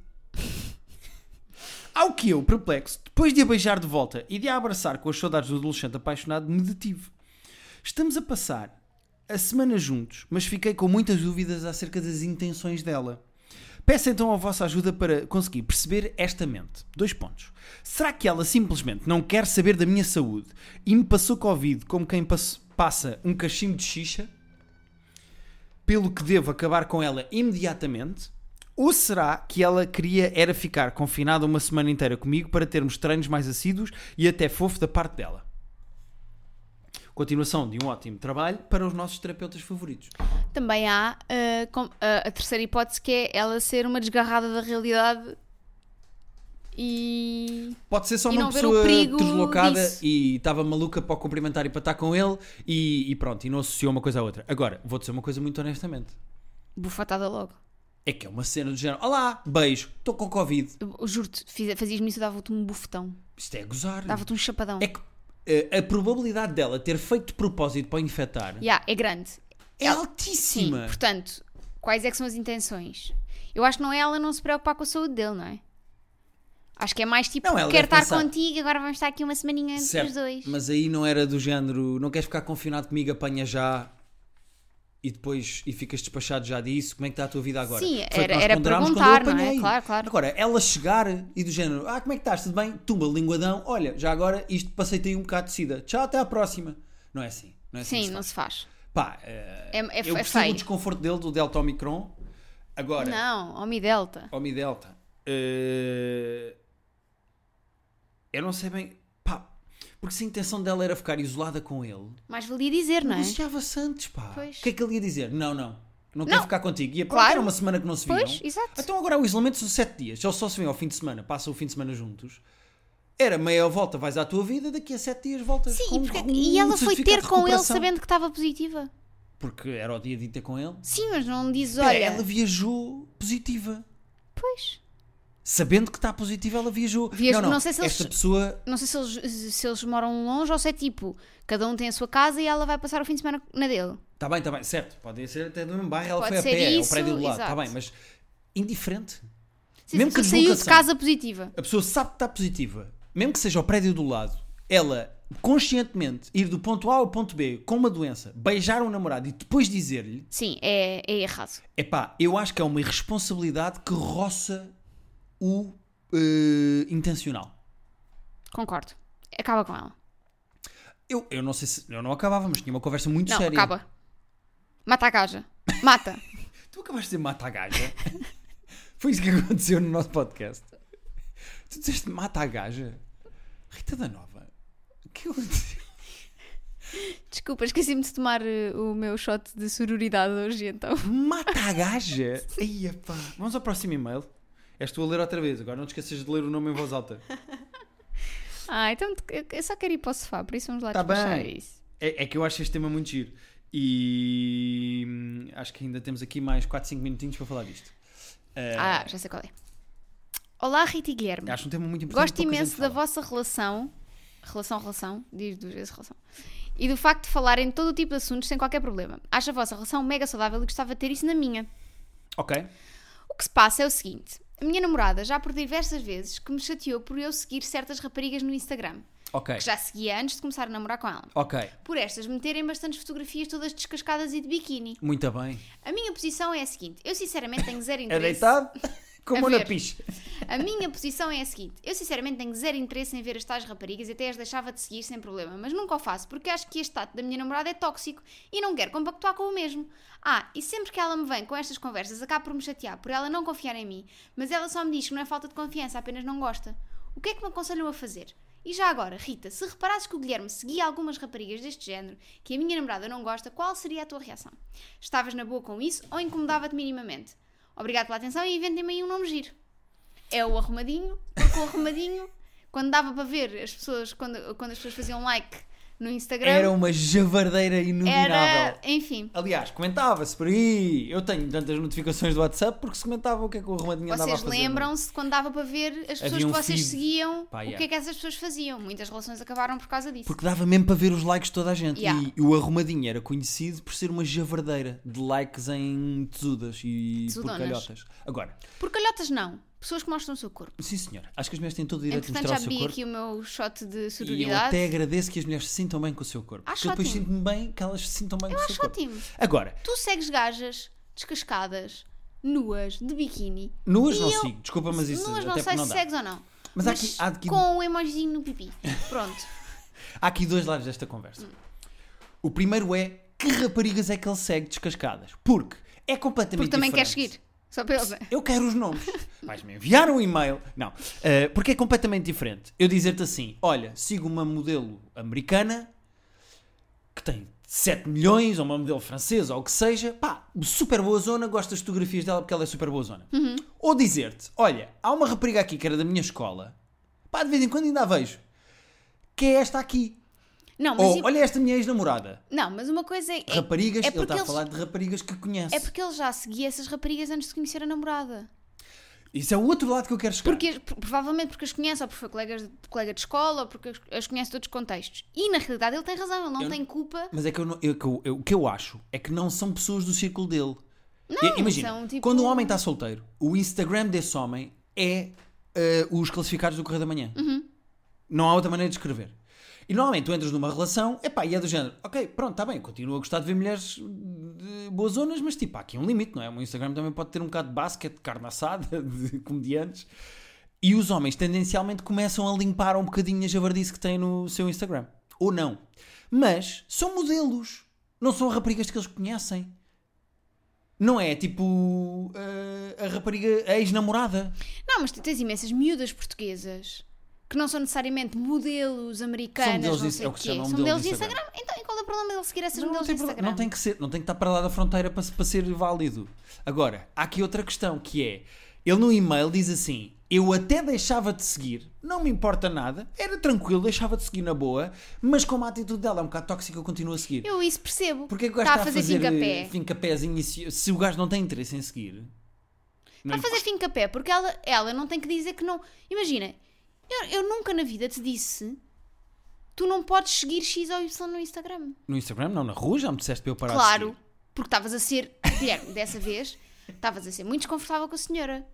Speaker 1: Ao que eu, perplexo, depois de a beijar de volta e de a abraçar com as saudades do adolescente apaixonado, me detive. Estamos a passar a semana juntos, mas fiquei com muitas dúvidas acerca das intenções dela. Peço então a vossa ajuda para conseguir perceber esta mente. Dois pontos. Será que ela simplesmente não quer saber da minha saúde e me passou Covid como quem pass- passa um cachimbo de xixa? Pelo que devo acabar com ela imediatamente? Ou será que ela queria era ficar confinada uma semana inteira comigo para termos treinos mais assíduos e até fofo da parte dela? Continuação de um ótimo trabalho para os nossos terapeutas favoritos.
Speaker 2: Também há ah, com- ah, a terceira hipótese que é ela ser uma desgarrada da realidade e.
Speaker 1: Pode ser só
Speaker 2: E
Speaker 1: uma
Speaker 2: não ver o
Speaker 1: pessoa
Speaker 2: perigo
Speaker 1: deslocada
Speaker 2: disso.
Speaker 1: e estava maluca para o cumprimentar e para estar com ele e, e pronto, e não associou uma coisa à outra. Agora, vou dizer uma coisa muito honestamente.
Speaker 2: bufatada logo.
Speaker 1: É que é uma cena do género, olá, beijo, estou com Covid.
Speaker 2: Eu Juro-te, fiz- fazias-me isso, dava-te um bufetão.
Speaker 1: Isto é gozar.
Speaker 2: Dava-te um chapadão.
Speaker 1: É que eh, a probabilidade dela ter feito de propósito para infectar
Speaker 2: Yeah, é grande.
Speaker 1: é
Speaker 2: Sim,
Speaker 1: altíssima.
Speaker 2: portanto, quais é que são as intenções? Eu acho que não é ela não se preocupar com a saúde dele, não é? Acho que é mais tipo,
Speaker 1: Não, ela
Speaker 2: quero
Speaker 1: deve
Speaker 2: estar
Speaker 1: pensar.
Speaker 2: contigo, agora vamos estar aqui uma semaninha entre
Speaker 1: Certo,
Speaker 2: os dois.
Speaker 1: Mas aí não era do género, não queres ficar confinado comigo, apanha já e depois e ficas despachado já disso, como é que está a tua vida agora?
Speaker 2: Sim,
Speaker 1: Foi o que
Speaker 2: era-
Speaker 1: nós
Speaker 2: era
Speaker 1: ponderámos quando eu
Speaker 2: perguntar, não é?
Speaker 1: apanhei.
Speaker 2: Claro, claro.
Speaker 1: Agora, ela chegar e do género, ah, como é que estás? Tudo bem? Tumba, linguadão, olha, já agora isto passei-te aí um bocado de sida. Tchau, até à próxima. Não é assim. Não é assim que
Speaker 2: Sim,
Speaker 1: se
Speaker 2: não
Speaker 1: faz.
Speaker 2: se faz.
Speaker 1: Pá, eh,
Speaker 2: É, é,
Speaker 1: eu
Speaker 2: é
Speaker 1: percebo o
Speaker 2: feio.
Speaker 1: desconforto dele do Delta Omicron. Agora,
Speaker 2: Não, homem delta.
Speaker 1: Homem Delta. eh, Eu não sei bem. Pá, porque se a intenção dela era ficar isolada com ele,
Speaker 2: Mais valia dizer, não é?
Speaker 1: negociava-se antes, pá.
Speaker 2: Pois.
Speaker 1: O que é que ele ia dizer? Não, não. Não quero
Speaker 2: Não.
Speaker 1: ficar contigo. E claro.
Speaker 2: Claro.
Speaker 1: era uma semana que não se viam.
Speaker 2: Pois, exato.
Speaker 1: Então agora o isolamento são sete dias. Eles só se vêem ao fim de semana. Passam o fim de semana juntos. Era meia volta, vais à tua vida. Daqui a sete dias voltas
Speaker 2: Sim,
Speaker 1: com
Speaker 2: e,
Speaker 1: um-
Speaker 2: porque-
Speaker 1: com
Speaker 2: e
Speaker 1: um
Speaker 2: ela foi
Speaker 1: certificado
Speaker 2: ter
Speaker 1: de
Speaker 2: com ele
Speaker 1: recuperação.
Speaker 2: sabendo que estava positiva.
Speaker 1: Porque era o dia de ir ter com ele.
Speaker 2: Sim, mas não diz,
Speaker 1: Espera,
Speaker 2: olha.
Speaker 1: Ela viajou positiva.
Speaker 2: Pois.
Speaker 1: Sabendo que está positiva, ela viajou.
Speaker 2: Viajou-
Speaker 1: não, não,
Speaker 2: não sei se eles-
Speaker 1: esta pessoa.
Speaker 2: Não sei se eles, se eles moram longe ou se é tipo, cada um tem a sua casa e ela vai passar o fim de semana na dele.
Speaker 1: Está tá bem, está bem, certo. Pode ser até no mesmo bairro, ela
Speaker 2: Pode
Speaker 1: foi a
Speaker 2: ser
Speaker 1: pé, ao
Speaker 2: isso,
Speaker 1: prédio do lado. Está
Speaker 2: exato.
Speaker 1: bem, mas indiferente.
Speaker 2: Sim,
Speaker 1: Mesmo
Speaker 2: se
Speaker 1: que
Speaker 2: a pessoa saiu de
Speaker 1: deslocação.
Speaker 2: casa positiva.
Speaker 1: A pessoa sabe que está positiva, mesmo que seja ao prédio do lado, ela conscientemente ir do ponto A ao ponto B com uma doença, beijar um namorado e depois dizer-lhe:
Speaker 2: Sim, é, é errado.
Speaker 1: epá, eu acho que é uma irresponsabilidade que roça o eh, intencional.
Speaker 2: Concordo. Acaba com ela.
Speaker 1: Eu, eu não sei se. Eu não acabava, mas tinha uma conversa muito
Speaker 2: Não,
Speaker 1: séria.
Speaker 2: acaba. Mata a gaja. Mata.
Speaker 1: Tu acabaste de dizer mata a gaja. Foi isso que aconteceu no nosso podcast. Tu disseste mata a gaja. Rita da Nova. Que eu...
Speaker 2: Desculpa, esqueci-me de tomar eh, o meu shot de sororidade hoje, então.
Speaker 1: Mata a gaja? Eia, pá. Vamos ao próximo e-mail. És tu a ler outra vez. Agora não te esqueças de ler o nome em voz alta.
Speaker 2: Ah, então eu- eu só quero ir para o sofá, por isso vamos lá
Speaker 1: Tá
Speaker 2: despachar
Speaker 1: bem.
Speaker 2: isso.
Speaker 1: É, é que eu acho este tema muito giro. E hum, acho que ainda temos aqui mais 4, 5 minutinhos para falar disto. Eh,
Speaker 2: Ah, já sei qual é. Olá, Rita e Guilherme.
Speaker 1: Acho um tema muito importante.
Speaker 2: Gosto
Speaker 1: pouca gente
Speaker 2: imenso da
Speaker 1: fala.
Speaker 2: vossa relação. Relação, relação. Diz duas vezes relação. E do facto de falarem todo o tipo de assuntos sem qualquer problema. Acho a vossa relação mega saudável e gostava de ter isso na minha.
Speaker 1: Ok.
Speaker 2: O que se passa é o seguinte: a minha namorada já por diversas vezes que me chateou por eu seguir certas raparigas no Instagram,
Speaker 1: Ok.
Speaker 2: que já seguia antes de começar a namorar com ela.
Speaker 1: Ok.
Speaker 2: Por estas meterem bastantes fotografias todas descascadas e de biquíni.
Speaker 1: Muito bem.
Speaker 2: A minha posição é a seguinte: eu sinceramente tenho zero
Speaker 1: É
Speaker 2: interesse.
Speaker 1: deitado? Como
Speaker 2: A
Speaker 1: na
Speaker 2: ver.
Speaker 1: picha.
Speaker 2: A minha posição é a seguinte: eu sinceramente tenho zero interesse em ver as tais raparigas e até as deixava de seguir sem problema, mas nunca o faço porque acho que este tato da minha namorada é tóxico e não quero compactuar com o mesmo. Ah, e sempre que ela me vem com estas conversas, acabo por me chatear por ela não confiar em mim, mas ela só me diz que não é falta de confiança, apenas não gosta. O que é que me aconselham a fazer? E já agora, Rita, se reparasses que o Guilherme seguia algumas raparigas deste género que a minha namorada não gosta, qual seria a tua reação? Estavas na boa com isso ou incomodava-te minimamente? Obrigado pela atenção e inventem-me aí um nome giro é o arrumadinho, porque o arrumadinho, quando dava para ver as pessoas, quando, quando as pessoas faziam like no Instagram,
Speaker 1: Era um uma javardeira inominável.
Speaker 2: era, enfim.
Speaker 1: Aliás, comentava-se por aí. Eu tenho tantas notificações do WhatsApp porque se comentava o que é que o Romadinha andava a
Speaker 2: Vocês
Speaker 1: fazer.
Speaker 2: lembram-se quando dava para ver as pessoas
Speaker 1: Havia um
Speaker 2: que vocês
Speaker 1: feed.
Speaker 2: seguiam,
Speaker 1: Pá,
Speaker 2: o
Speaker 1: yeah.
Speaker 2: que é que essas pessoas faziam. Muitas relações acabaram por causa disso.
Speaker 1: Porque dava mesmo para ver os likes de toda a gente.
Speaker 2: Yeah.
Speaker 1: E o Arrumadinho era conhecido por ser uma javardeira de likes em tesudas e
Speaker 2: Tesudonas.
Speaker 1: porcalhotas. Agora,
Speaker 2: Por calhotas não, pessoas que mostram o seu corpo.
Speaker 1: sim senhor, acho que as mulheres têm todo o direito de
Speaker 2: Entretanto,
Speaker 1: mostrar
Speaker 2: já
Speaker 1: o seu
Speaker 2: vi
Speaker 1: corpo.
Speaker 2: aqui o meu shot de
Speaker 1: E eu até
Speaker 2: sororidade.
Speaker 1: agradeço que as mulheres se sintam bem com o seu corpo.
Speaker 2: Acho
Speaker 1: porque eu depois
Speaker 2: ótimo.
Speaker 1: sinto-me bem que elas se sintam bem com o seu
Speaker 2: Acho
Speaker 1: corpo.
Speaker 2: ótimo.
Speaker 1: Agora,
Speaker 2: Tu segues gajas descascadas, nuas, de biquíni.
Speaker 1: nuas
Speaker 2: E
Speaker 1: não
Speaker 2: eu-
Speaker 1: sigo, desculpa, mas isso
Speaker 2: nuas
Speaker 1: até
Speaker 2: não sei
Speaker 1: não
Speaker 2: se
Speaker 1: dá.
Speaker 2: segues ou não.
Speaker 1: Mas há aqui- há aqui-
Speaker 2: com um emojizinho no pipi. Pronto.
Speaker 1: Há aqui dois lados desta conversa. O primeiro é que raparigas é que ele segue descascadas? Porque é completamente
Speaker 2: Porque também quer
Speaker 1: diferente.
Speaker 2: seguir. Só para eles.
Speaker 1: Eu quero os nomes. Vais-me enviar um e-mail. Não. eh, porque é completamente diferente. Eu dizer-te assim: olha, sigo uma modelo americana que tem 7 milhões, ou uma modelo francesa, ou o que seja. Pá, super boa zona, gosto das fotografias dela porque ela é super boa zona.
Speaker 2: Uhum.
Speaker 1: Ou dizer-te: olha, há uma rapariga aqui que era da minha escola. Pá, de vez em quando ainda a vejo. Que é esta aqui.
Speaker 2: Não, mas,
Speaker 1: Ou
Speaker 2: e-
Speaker 1: Oh, olha esta minha ex-namorada.
Speaker 2: não, mas uma coisa é. é-
Speaker 1: Raparigas,
Speaker 2: é
Speaker 1: ele
Speaker 2: porque
Speaker 1: está a
Speaker 2: eles-
Speaker 1: falar de raparigas que conhece.
Speaker 2: É porque ele já seguia essas raparigas antes de conhecer a namorada.
Speaker 1: Isso é o outro lado que eu quero chegar.
Speaker 2: Porque, por- provavelmente porque as conhece, ou porque foi colega de, colega de escola, ou porque as- as conhece de outros contextos. E na realidade ele tem razão, ele não
Speaker 1: Eu-
Speaker 2: tem culpa.
Speaker 1: Mas é que, eu não- eu- que eu- eu- o que eu acho é que não são pessoas do círculo dele.
Speaker 2: Não,
Speaker 1: E- Imagina,
Speaker 2: são, tipo-
Speaker 1: quando um homem está solteiro, o Instagram desse homem é eh, os classificados do Correio da Manhã.
Speaker 2: Uhum.
Speaker 1: Não há outra maneira de escrever. E normalmente tu entras numa relação, epá, e é do género, ok, pronto, está bem, continuo a gostar de ver mulheres de boas zonas, mas tipo, há aqui um limite, não é? O meu Instagram também pode ter um bocado de basquete, de carne assada, de comediantes. E os homens tendencialmente começam a limpar um bocadinho a javardice que têm no seu Instagram. Ou não. Mas são modelos. Não são raparigas que eles conhecem. Não é tipo eh, a rapariga a ex-namorada.
Speaker 2: Não, mas tu tens imensas miúdas portuguesas que não são necessariamente modelos americanas,
Speaker 1: São modelos
Speaker 2: não
Speaker 1: de-
Speaker 2: sei
Speaker 1: é
Speaker 2: o
Speaker 1: o que
Speaker 2: quê.
Speaker 1: se chama
Speaker 2: São
Speaker 1: modelo
Speaker 2: modelos
Speaker 1: de
Speaker 2: de Instagram. Então, e qual é o problema dele seguir essas
Speaker 1: Não, não
Speaker 2: modelos de
Speaker 1: tem, problema-
Speaker 2: Instagram?
Speaker 1: não tem que ser, não tem que estar para lá da fronteira para, se- para ser válido. Agora, há aqui outra questão que é: ele no e-mail diz assim: eu até deixava de seguir, não me importa nada, era tranquilo, deixava de seguir na boa, mas como a atitude dela é um bocado tóxica, eu continuo a seguir.
Speaker 2: Eu isso percebo.
Speaker 1: Porque é que o gajo
Speaker 2: está
Speaker 1: está,
Speaker 2: a fazer
Speaker 1: eh,
Speaker 2: fincapé.
Speaker 1: fincapézinho e se, se o gajo não tem interesse em seguir. não
Speaker 2: Está a
Speaker 1: lhe-
Speaker 2: fazer fincapé, porque ela, ela não tem que dizer que não. Imagina, eu, eu nunca na vida te disse tu não podes seguir X ou Y no Instagram.
Speaker 1: No Instagram, não, na rua, já me disseste para eu parar de
Speaker 2: claro,
Speaker 1: seguir.
Speaker 2: porque estavas a ser, Guilherme, dessa vez, estavas a ser muito desconfortável com a senhora.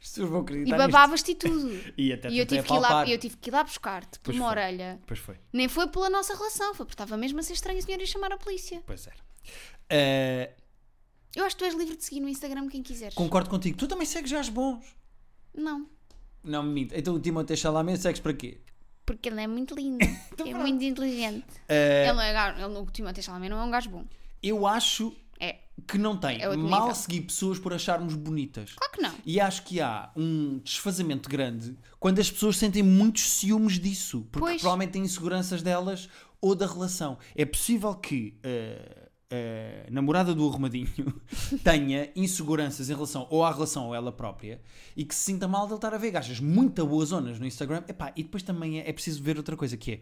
Speaker 1: As pessoas vão
Speaker 2: E
Speaker 1: acreditar nisto.
Speaker 2: babavas-te e tudo.
Speaker 1: E até
Speaker 2: E eu
Speaker 1: tentei
Speaker 2: tive, que ir lá,
Speaker 1: apalpar.
Speaker 2: eu tive que ir lá buscar-te por
Speaker 1: Pois
Speaker 2: uma
Speaker 1: foi.
Speaker 2: orelha.
Speaker 1: Pois foi.
Speaker 2: Nem foi pela nossa relação, foi porque estava mesmo a ser estranho a senhora e chamar a polícia.
Speaker 1: Pois era. Eh,
Speaker 2: Eu acho que tu és livre de seguir no Instagram quem quiseres.
Speaker 1: concordo contigo. Tu também segues já as bons.
Speaker 2: Não.
Speaker 1: Não me minto. Então o Timothée Chalamet segues para quê?
Speaker 2: Porque ele é muito lindo. é muito inteligente.
Speaker 1: Então Eh,
Speaker 2: Ele não é gajo, ele, o Timothée Chalamet não é um gajo bom.
Speaker 1: eu acho
Speaker 2: É.
Speaker 1: que não tem
Speaker 2: É outro
Speaker 1: mal
Speaker 2: nível.
Speaker 1: seguir pessoas por acharmos bonitas.
Speaker 2: Claro que não.
Speaker 1: E acho que há um desfazamento grande quando as pessoas sentem muitos ciúmes disso, porque
Speaker 2: Pois.
Speaker 1: provavelmente têm inseguranças delas ou da relação. É possível que eh, a namorada do arrumadinho tenha inseguranças em relação ou à relação ou a ela própria e que se sinta mal de ele estar a ver gajas muito boas zonas no Instagram. Epá, e depois também é, é preciso ver outra coisa que é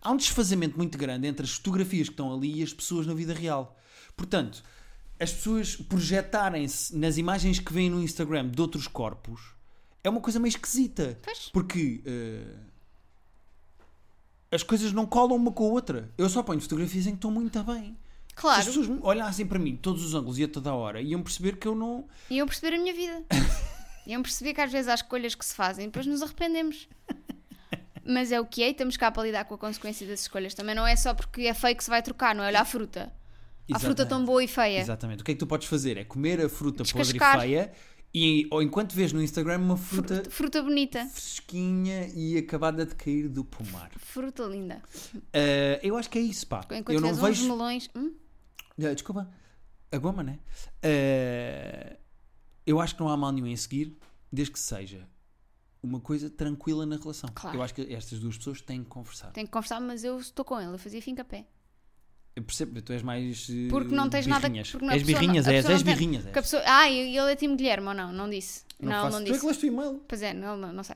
Speaker 1: há um desfazamento muito grande entre as fotografias que estão ali e as pessoas na vida real. Portanto, as pessoas projetarem-se nas imagens que vêm no Instagram de outros corpos é uma coisa meio esquisita.
Speaker 2: Pois.
Speaker 1: Porque eh, as coisas não colam uma com a outra. Eu só ponho fotografias em que estou muito bem.
Speaker 2: Claro.
Speaker 1: Se as pessoas olhassem assim para mim de todos os ângulos e a toda a hora, iam perceber que eu não.
Speaker 2: Iam perceber a minha vida. Iam perceber que às vezes há escolhas que se fazem e depois nos arrependemos. Mas é o que é e estamos cá para lidar com a consequência das escolhas. Também não é só porque é feio que se vai trocar, não é? Olha a fruta. A fruta tão boa e feia.
Speaker 1: Exatamente. O que é que tu podes fazer? É comer a fruta
Speaker 2: Descascar.
Speaker 1: podre e feia e, ou enquanto vês no Instagram uma fruta
Speaker 2: Fruta, fruta bonita.
Speaker 1: fresquinha e acabada de cair do pomar.
Speaker 2: Fruta linda.
Speaker 1: Ah, eu acho que é isso, pá.
Speaker 2: Enquanto
Speaker 1: Eu não
Speaker 2: vês uns
Speaker 1: vejo.
Speaker 2: melões. Hum?
Speaker 1: Ah, Desculpa, a goma, né? Ah, eu acho que não há mal nenhum em seguir, desde que seja uma coisa tranquila na relação.
Speaker 2: Claro.
Speaker 1: Eu acho que estas duas pessoas têm que conversar.
Speaker 2: Tenho que conversar, mas eu estou com ele. Eu fazia fim pé.
Speaker 1: Eu percebo, tu és mais. eh,
Speaker 2: Porque não tens nada.
Speaker 1: birrinhas.
Speaker 2: Porque não- a
Speaker 1: És
Speaker 2: pessoa não-
Speaker 1: birrinhas,
Speaker 2: a
Speaker 1: és,
Speaker 2: pessoa
Speaker 1: és
Speaker 2: não tem-
Speaker 1: birrinhas.
Speaker 2: porque a
Speaker 1: és.
Speaker 2: pessoa- ah, e ele é time Guilherme ou não? Não disse. Não,
Speaker 1: faço-
Speaker 2: não
Speaker 1: Tu é que
Speaker 2: disse.
Speaker 1: leste o e-mail.
Speaker 2: Pois é, não, não não sei.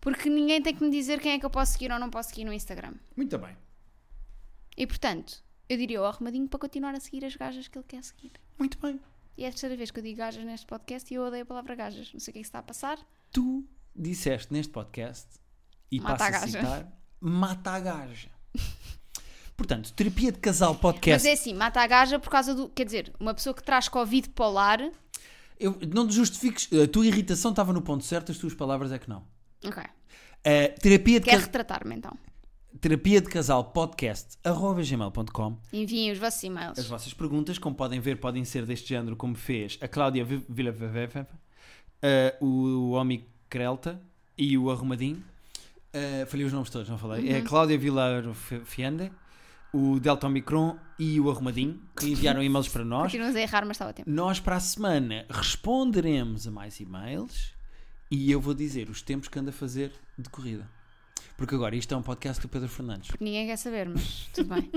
Speaker 2: Porque ninguém tem que me dizer quem é que eu posso seguir ou não posso seguir no Instagram.
Speaker 1: Muito bem.
Speaker 2: E portanto, eu diria ao arrumadinho para continuar a seguir as gajas que ele quer seguir.
Speaker 1: Muito bem.
Speaker 2: E é a terceira vez que eu digo gajas neste podcast e eu odeio a palavra gajas. Não sei o que é que se está a passar.
Speaker 1: Tu disseste neste podcast e
Speaker 2: Mata
Speaker 1: passo
Speaker 2: a
Speaker 1: a
Speaker 2: gaja.
Speaker 1: citar: mata a gaja. Portanto, terapia de casal
Speaker 2: Mas
Speaker 1: podcast.
Speaker 2: é assim, mata a gaja por causa do. Quer dizer, uma pessoa que traz Covid para o lar.
Speaker 1: Eu, não te justifiques, a tua irritação estava no ponto certo, as tuas palavras é que não.
Speaker 2: Ok.
Speaker 1: Eh, terapia, de
Speaker 2: Quer
Speaker 1: ca-
Speaker 2: retratar-me então.
Speaker 1: terapia de casal podcast arroba gmail.com
Speaker 2: Enviem os vossos
Speaker 1: As
Speaker 2: e-mails.
Speaker 1: vossas perguntas, como podem ver, podem ser deste género, como fez a Cláudia Vi- Vila uh, o Homem Crelta e o Arrumadinho. Eh, falei os nomes todos, não falei? É a Cláudia Vilar F- Fiende, o Delta Omicron e o Arrumadinho, que enviaram e-mails para nós.
Speaker 2: Continuas a errar, mas estava a tempo.
Speaker 1: Nós para a semana responderemos a mais e-mails e eu vou dizer os tempos que anda a fazer de corrida. Porque agora isto é um podcast do Pedro Fernandes.
Speaker 2: Ninguém quer saber, mas tudo bem.